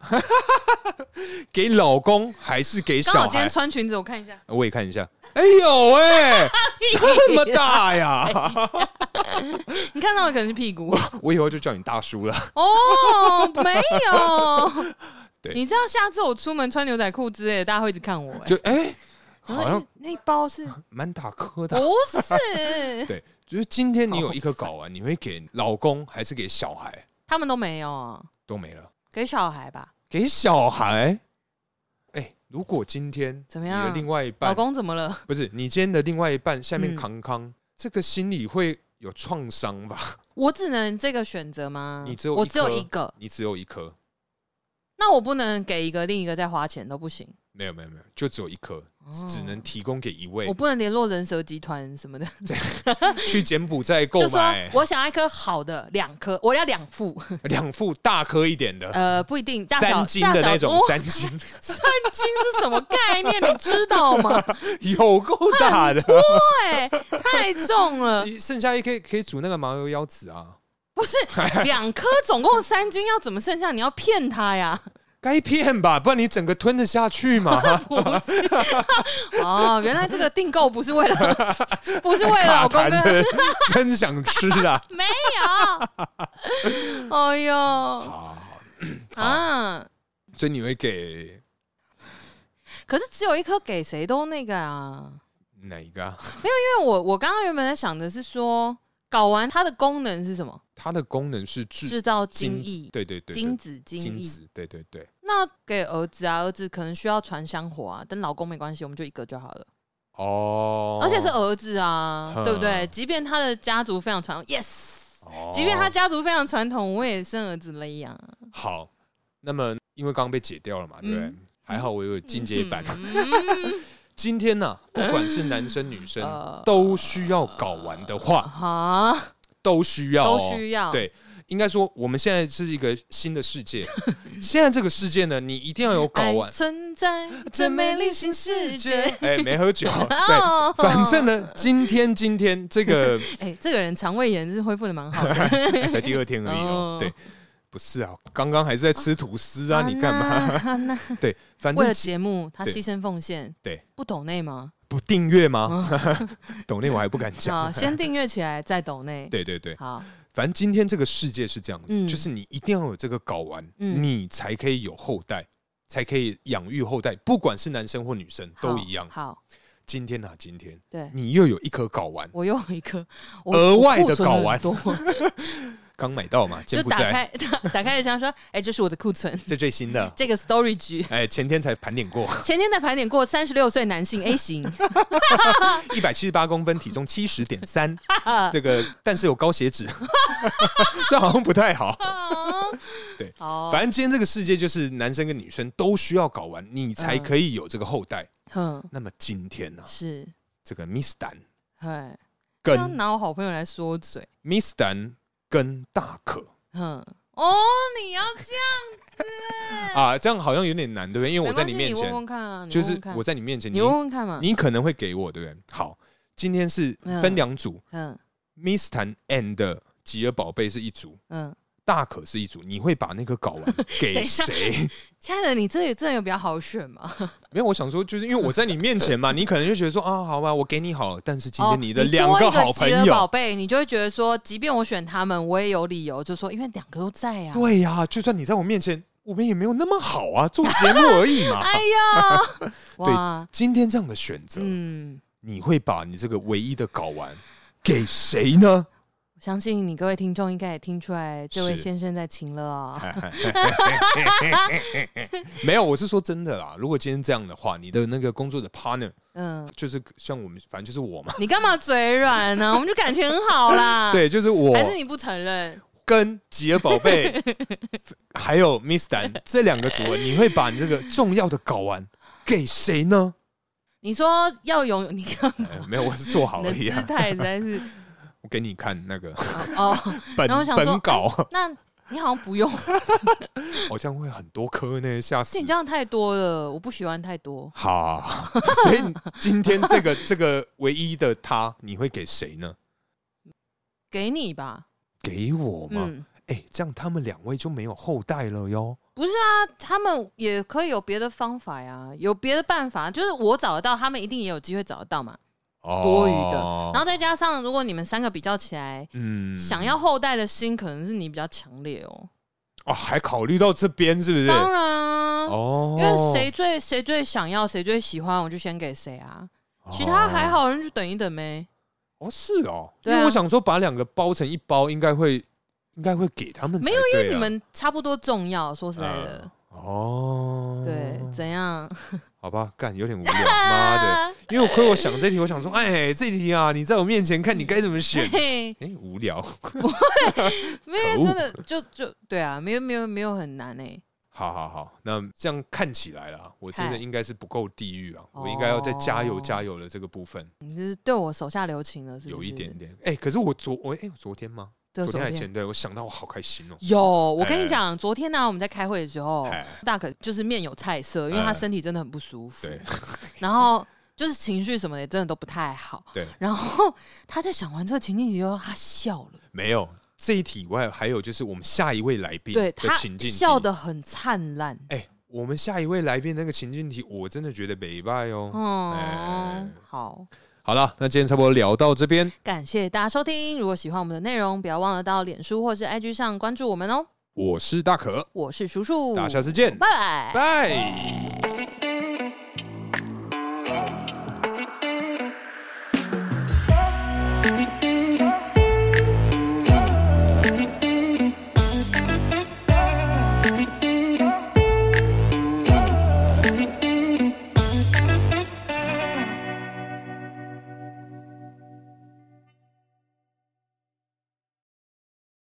S1: 给老公还是给
S2: 刚好
S1: 小
S2: 今天
S1: 孩？
S2: 穿裙子，我看一下，
S1: 我也看一下。哎呦哎、 这么大呀！
S2: 你看到的可能是屁股。
S1: 我以后就叫你大叔了。
S2: 哦，没有。
S1: 对
S2: 你知道下次我出门穿牛仔裤之类的，大家会一直看我、欸。
S1: 就哎、好
S2: 然后
S1: 像
S2: 那那 包是
S1: 蛮大颗的。啊
S2: 不是？
S1: 对， 就是今天你有一颗睾丸，你会给老公还是给小孩？
S2: 他们都没有啊，
S1: 都没了，
S2: 给小孩吧。
S1: 给小孩。哎、如果今天
S2: 怎么样
S1: 你的另外一
S2: 老
S1: 半
S2: 公怎么了？
S1: 不是你今天的另外一半下面
S2: 嗯
S1: 康康，这个心里会有创伤吧？
S2: 我只能这个选择吗？
S1: 你只有
S2: 我
S1: 一
S2: 只有
S1: 颗
S2: 一个，
S1: 你只有一颗，
S2: 那我不能给一个，另一个再花钱都不行。
S1: 没有没有没有，就只有一颗， 只能提供给一位
S2: 哦我不能联络人蛇集团什么的，
S1: 去柬埔寨购
S2: 就说
S1: 买。
S2: 我想要一颗好的，两颗，我要两副，
S1: 两副大颗一点的，
S2: 呃，不一定大小
S1: 三斤的那种
S2: 大，小哦
S1: 三斤
S2: 三斤是什么概念？你知道吗？
S1: 有够大的，
S2: 对，哎太重了。
S1: 你剩下一颗可以煮那个麻油腰子啊。
S2: 不是两颗，总共三斤，要怎么剩下？你要骗他呀？
S1: 该片吧，不然你整个吞得下去吗？
S2: 哦，原来这个订购不是 为了，不是为了老公
S1: 卡
S2: 跟
S1: 痰的 真想吃啊！
S2: 没有。哎呦，啊！
S1: 所以你会给
S2: 可是只有一颗给谁都那个啊，
S1: 哪一个、啊？
S2: 因为我我刚刚原本在想的是说，睾丸它的功能是什么？
S1: 它的功能是治
S2: 制造精液、
S1: 对对对，对
S2: 精子、精
S1: 嗯精
S2: 液。
S1: 子，对对对。
S2: 那给儿子啊，儿子可能需要传香火啊，但老公没关系，我们就一个就好了。
S1: 哦，嗯
S2: 而且是儿子啊，
S1: 哼
S2: 对不对？即便他的家族非常传统，yes，
S1: 哦，
S2: 即便他家族非常传统，我也生儿子了呀。
S1: 好，那么因为刚刚被解掉了嘛，对不对
S2: 嗯？
S1: 还好我有进阶版。
S2: 嗯
S1: 今天呢，不管是男生女生
S2: 呃
S1: 都需要睾丸的话，
S2: 啊，
S1: 都需要
S2: 都
S1: 哦，
S2: 需要。
S1: 对。应该说，我们现在是一个新的世界。现在这个世界呢，你一定要有睾
S2: 爱
S1: 丸，
S2: 存在这
S1: 真
S2: 美丽新世 界。。
S1: 哎，没喝酒，对。
S2: 哦
S1: 反正，呢，今天今天这 个
S2: 哎、这个人肠胃炎是恢复的 蛮好的。
S1: 哎才第二天而已哦
S2: 哦。
S1: 对，不是啊，刚刚还是在吃吐司啊，你干 嘛？
S2: 啊那
S1: 对，反
S2: 为
S1: 正
S2: 了节目，他
S1: 对
S2: 牺牲奉献，
S1: 对，
S2: 不抖内吗？
S1: 不订阅吗？
S2: 哦
S1: 抖内我还不敢讲。
S2: 啊，先订阅起来再抖内。，
S1: 对对对，
S2: 好，
S1: 反正今天这个世界是这样子，
S2: 嗯
S1: 就是你一定要有这个睾丸，
S2: 嗯
S1: 你才可以有后代，才可以养育后代，不管是男生或女生
S2: 好
S1: 都一样。
S2: 好，
S1: 今天啊，今天
S2: 对
S1: 你又有一颗睾丸，
S2: 我又有一个我
S1: 额外的
S2: 我库存
S1: 睾丸
S2: 很多，
S1: 刚买到嘛，
S2: 就
S1: 柬埔
S2: 打
S1: 寨，
S2: 开 嗯打打开了箱说，哎、这是我的库存，
S1: 这最新的。
S2: 这个 storage。
S1: 哎，前天才盘点 过，
S2: 前天在盘点过三十六岁男性哎 A 型，
S1: 一百七十八公分，体重七十点 三，这个但是有高血脂，这好像不太好。
S2: 哦
S1: 对
S2: 好，
S1: 反正今天这个世界就是男生跟女生都需要睾丸，你才
S2: 嗯
S1: 可以有这个后代。
S2: 哼，
S1: 那么今天呢、
S2: 是，
S1: 这个 Miss 蛋
S2: 哎，不要
S1: 跟
S2: 拿我好朋友来说嘴，
S1: Miss 蛋跟大可
S2: 哼，哦，你要这样，
S1: 啊，这样好像有点难，对不对？因为我
S2: 嗯没
S1: 在
S2: 关
S1: 你
S2: 系，
S1: 面
S2: 你问
S1: 前，
S2: 问看啊，你
S1: 就
S2: 问
S1: 是
S2: 问看
S1: 我在你面前，你
S2: 你问问看嘛，
S1: 你可能会给我，对不对？好，今天是
S2: 嗯
S1: 分两组、
S2: 嗯
S1: m i s s 蛋 and 吉尔宝贝是一组，
S2: 嗯，
S1: 大可是一组，你会把那个睾 丸给
S2: 等一下
S1: 谁？
S2: 亲爱的，你这里真的有比较好选吗？
S1: 没有，我想说，就是因为我在你面前 嘛，你可能就觉得说啊，好吧，我给你好了，但是今
S2: 哦
S1: 天你的
S2: 多
S1: 两
S2: 一个
S1: 好朋
S2: 吉尔
S1: 友，
S2: 宝贝，你就会觉得说，即便我选他们，我也有理由，就说因为两个都在呀、啊。
S1: 对呀、就算你在我面前，我们也没有那么好啊，做节目而已嘛。
S2: 哎呀， 哇，
S1: 今天这样的选择，
S2: 嗯，
S1: 你会把你这个唯一的睾丸给谁呢？
S2: 我相信你各位听众应该也听出来，这位
S1: 是哎
S2: 先生在情了啊、
S1: 没有，我是说真的啦。如果今天这样的话，你的那个工作的 partner
S2: 嗯，
S1: 就是像我们，反正就是我嘛。
S2: 你干嘛嘴软呢、我们就感情很好啦。，
S1: 对，就是我
S2: 还是你不承认？
S1: 跟吉尔宝 贝，还有 Miss Dan 这两个组合，你会把你这个重要的睾丸给谁呢？
S2: 你说要拥有，你看
S1: 哎没有，我是做好
S2: 你
S1: 而
S2: 的
S1: 已
S2: 姿
S1: 啊。
S2: 态实 在是
S1: 我给你看那个
S2: 哦。
S1: 本
S2: 然后我想
S1: 本
S2: 说哎
S1: 稿。
S2: 那你好像不用，
S1: 好像会很多颗呢，吓死
S2: 你！这样太多了，我不喜欢太多。
S1: 好，所以今天这 个这个唯一的他，你会给谁呢？
S2: 给你吧，
S1: 给我吗？
S2: 嗯，
S1: 哎、这样他们两位就没有后代了哟。
S2: 他们也可以有别的方法呀，有别的办法，就是我找得到，他们一定也有机会找得到嘛。
S1: 哦
S2: 多余的然后再加上，如果你们三个比较起来，
S1: 嗯
S2: 想要后代的心可能是你比较强烈哦。
S1: 哦，还考虑到这边是不是？
S2: 当然啊，
S1: 哦
S2: 因，为谁最谁最想要，谁最喜欢，我就先给谁啊。其他还好，人就等一等呗。
S1: 哦，是哦，
S2: 对啊
S1: 因为我想说把两个包成一包，应该会应该会给他们才
S2: 没
S1: 对啊、
S2: 有，因为你们差不多重要。说实在的，
S1: 哦，
S2: 对，怎样？
S1: 好吧，干有点无聊，妈的。 因为亏我想这题，我想说，哎，这题啊，你在我面前看你该怎么选。
S2: 嘿，
S1: 哎，无聊。
S2: 没有真的就就对啊，没有没有没有很难哎、
S1: 好好好，那这样看起来啦，我真的
S2: 嗨
S1: 应该是不够地狱啊，我应该要再加油
S2: 哦
S1: 加油的这个部分
S2: 你就是对我手下留情了，是不是？
S1: 有一点，点。哎，可是我昨我哎昨天吗？
S2: 对，
S1: 昨
S2: 昨
S1: 天还
S2: 天
S1: 前对，我想到我好开心哦。
S2: 有，我跟
S1: 哎
S2: 你讲，昨天呢、我们在开会的时候
S1: 哎，
S2: 大可就是面有菜色，因为
S1: 哎
S2: 他身体真的很不舒服，
S1: 对，
S2: 然后就是情绪什么的也真的都不太好，
S1: 对
S2: 然后他在想完这个情境以后，他笑了，
S1: 没有，这一题以外，还有就是我们下一位来宾的
S2: 对他
S1: 情境题
S2: 笑得很灿烂。
S1: 哎、我们下一位来宾那个情境题，我真的觉得北拜哦。哎
S2: 嗯，好，
S1: 好了，那今天差不多聊到这边，
S2: 感谢大家收听。如果喜欢我们的内容，不要忘了到脸书或是 IG 上关注我们哦。
S1: 我是大可，
S2: 我是叔叔，
S1: 大家下次见，
S2: 拜拜。
S1: 拜。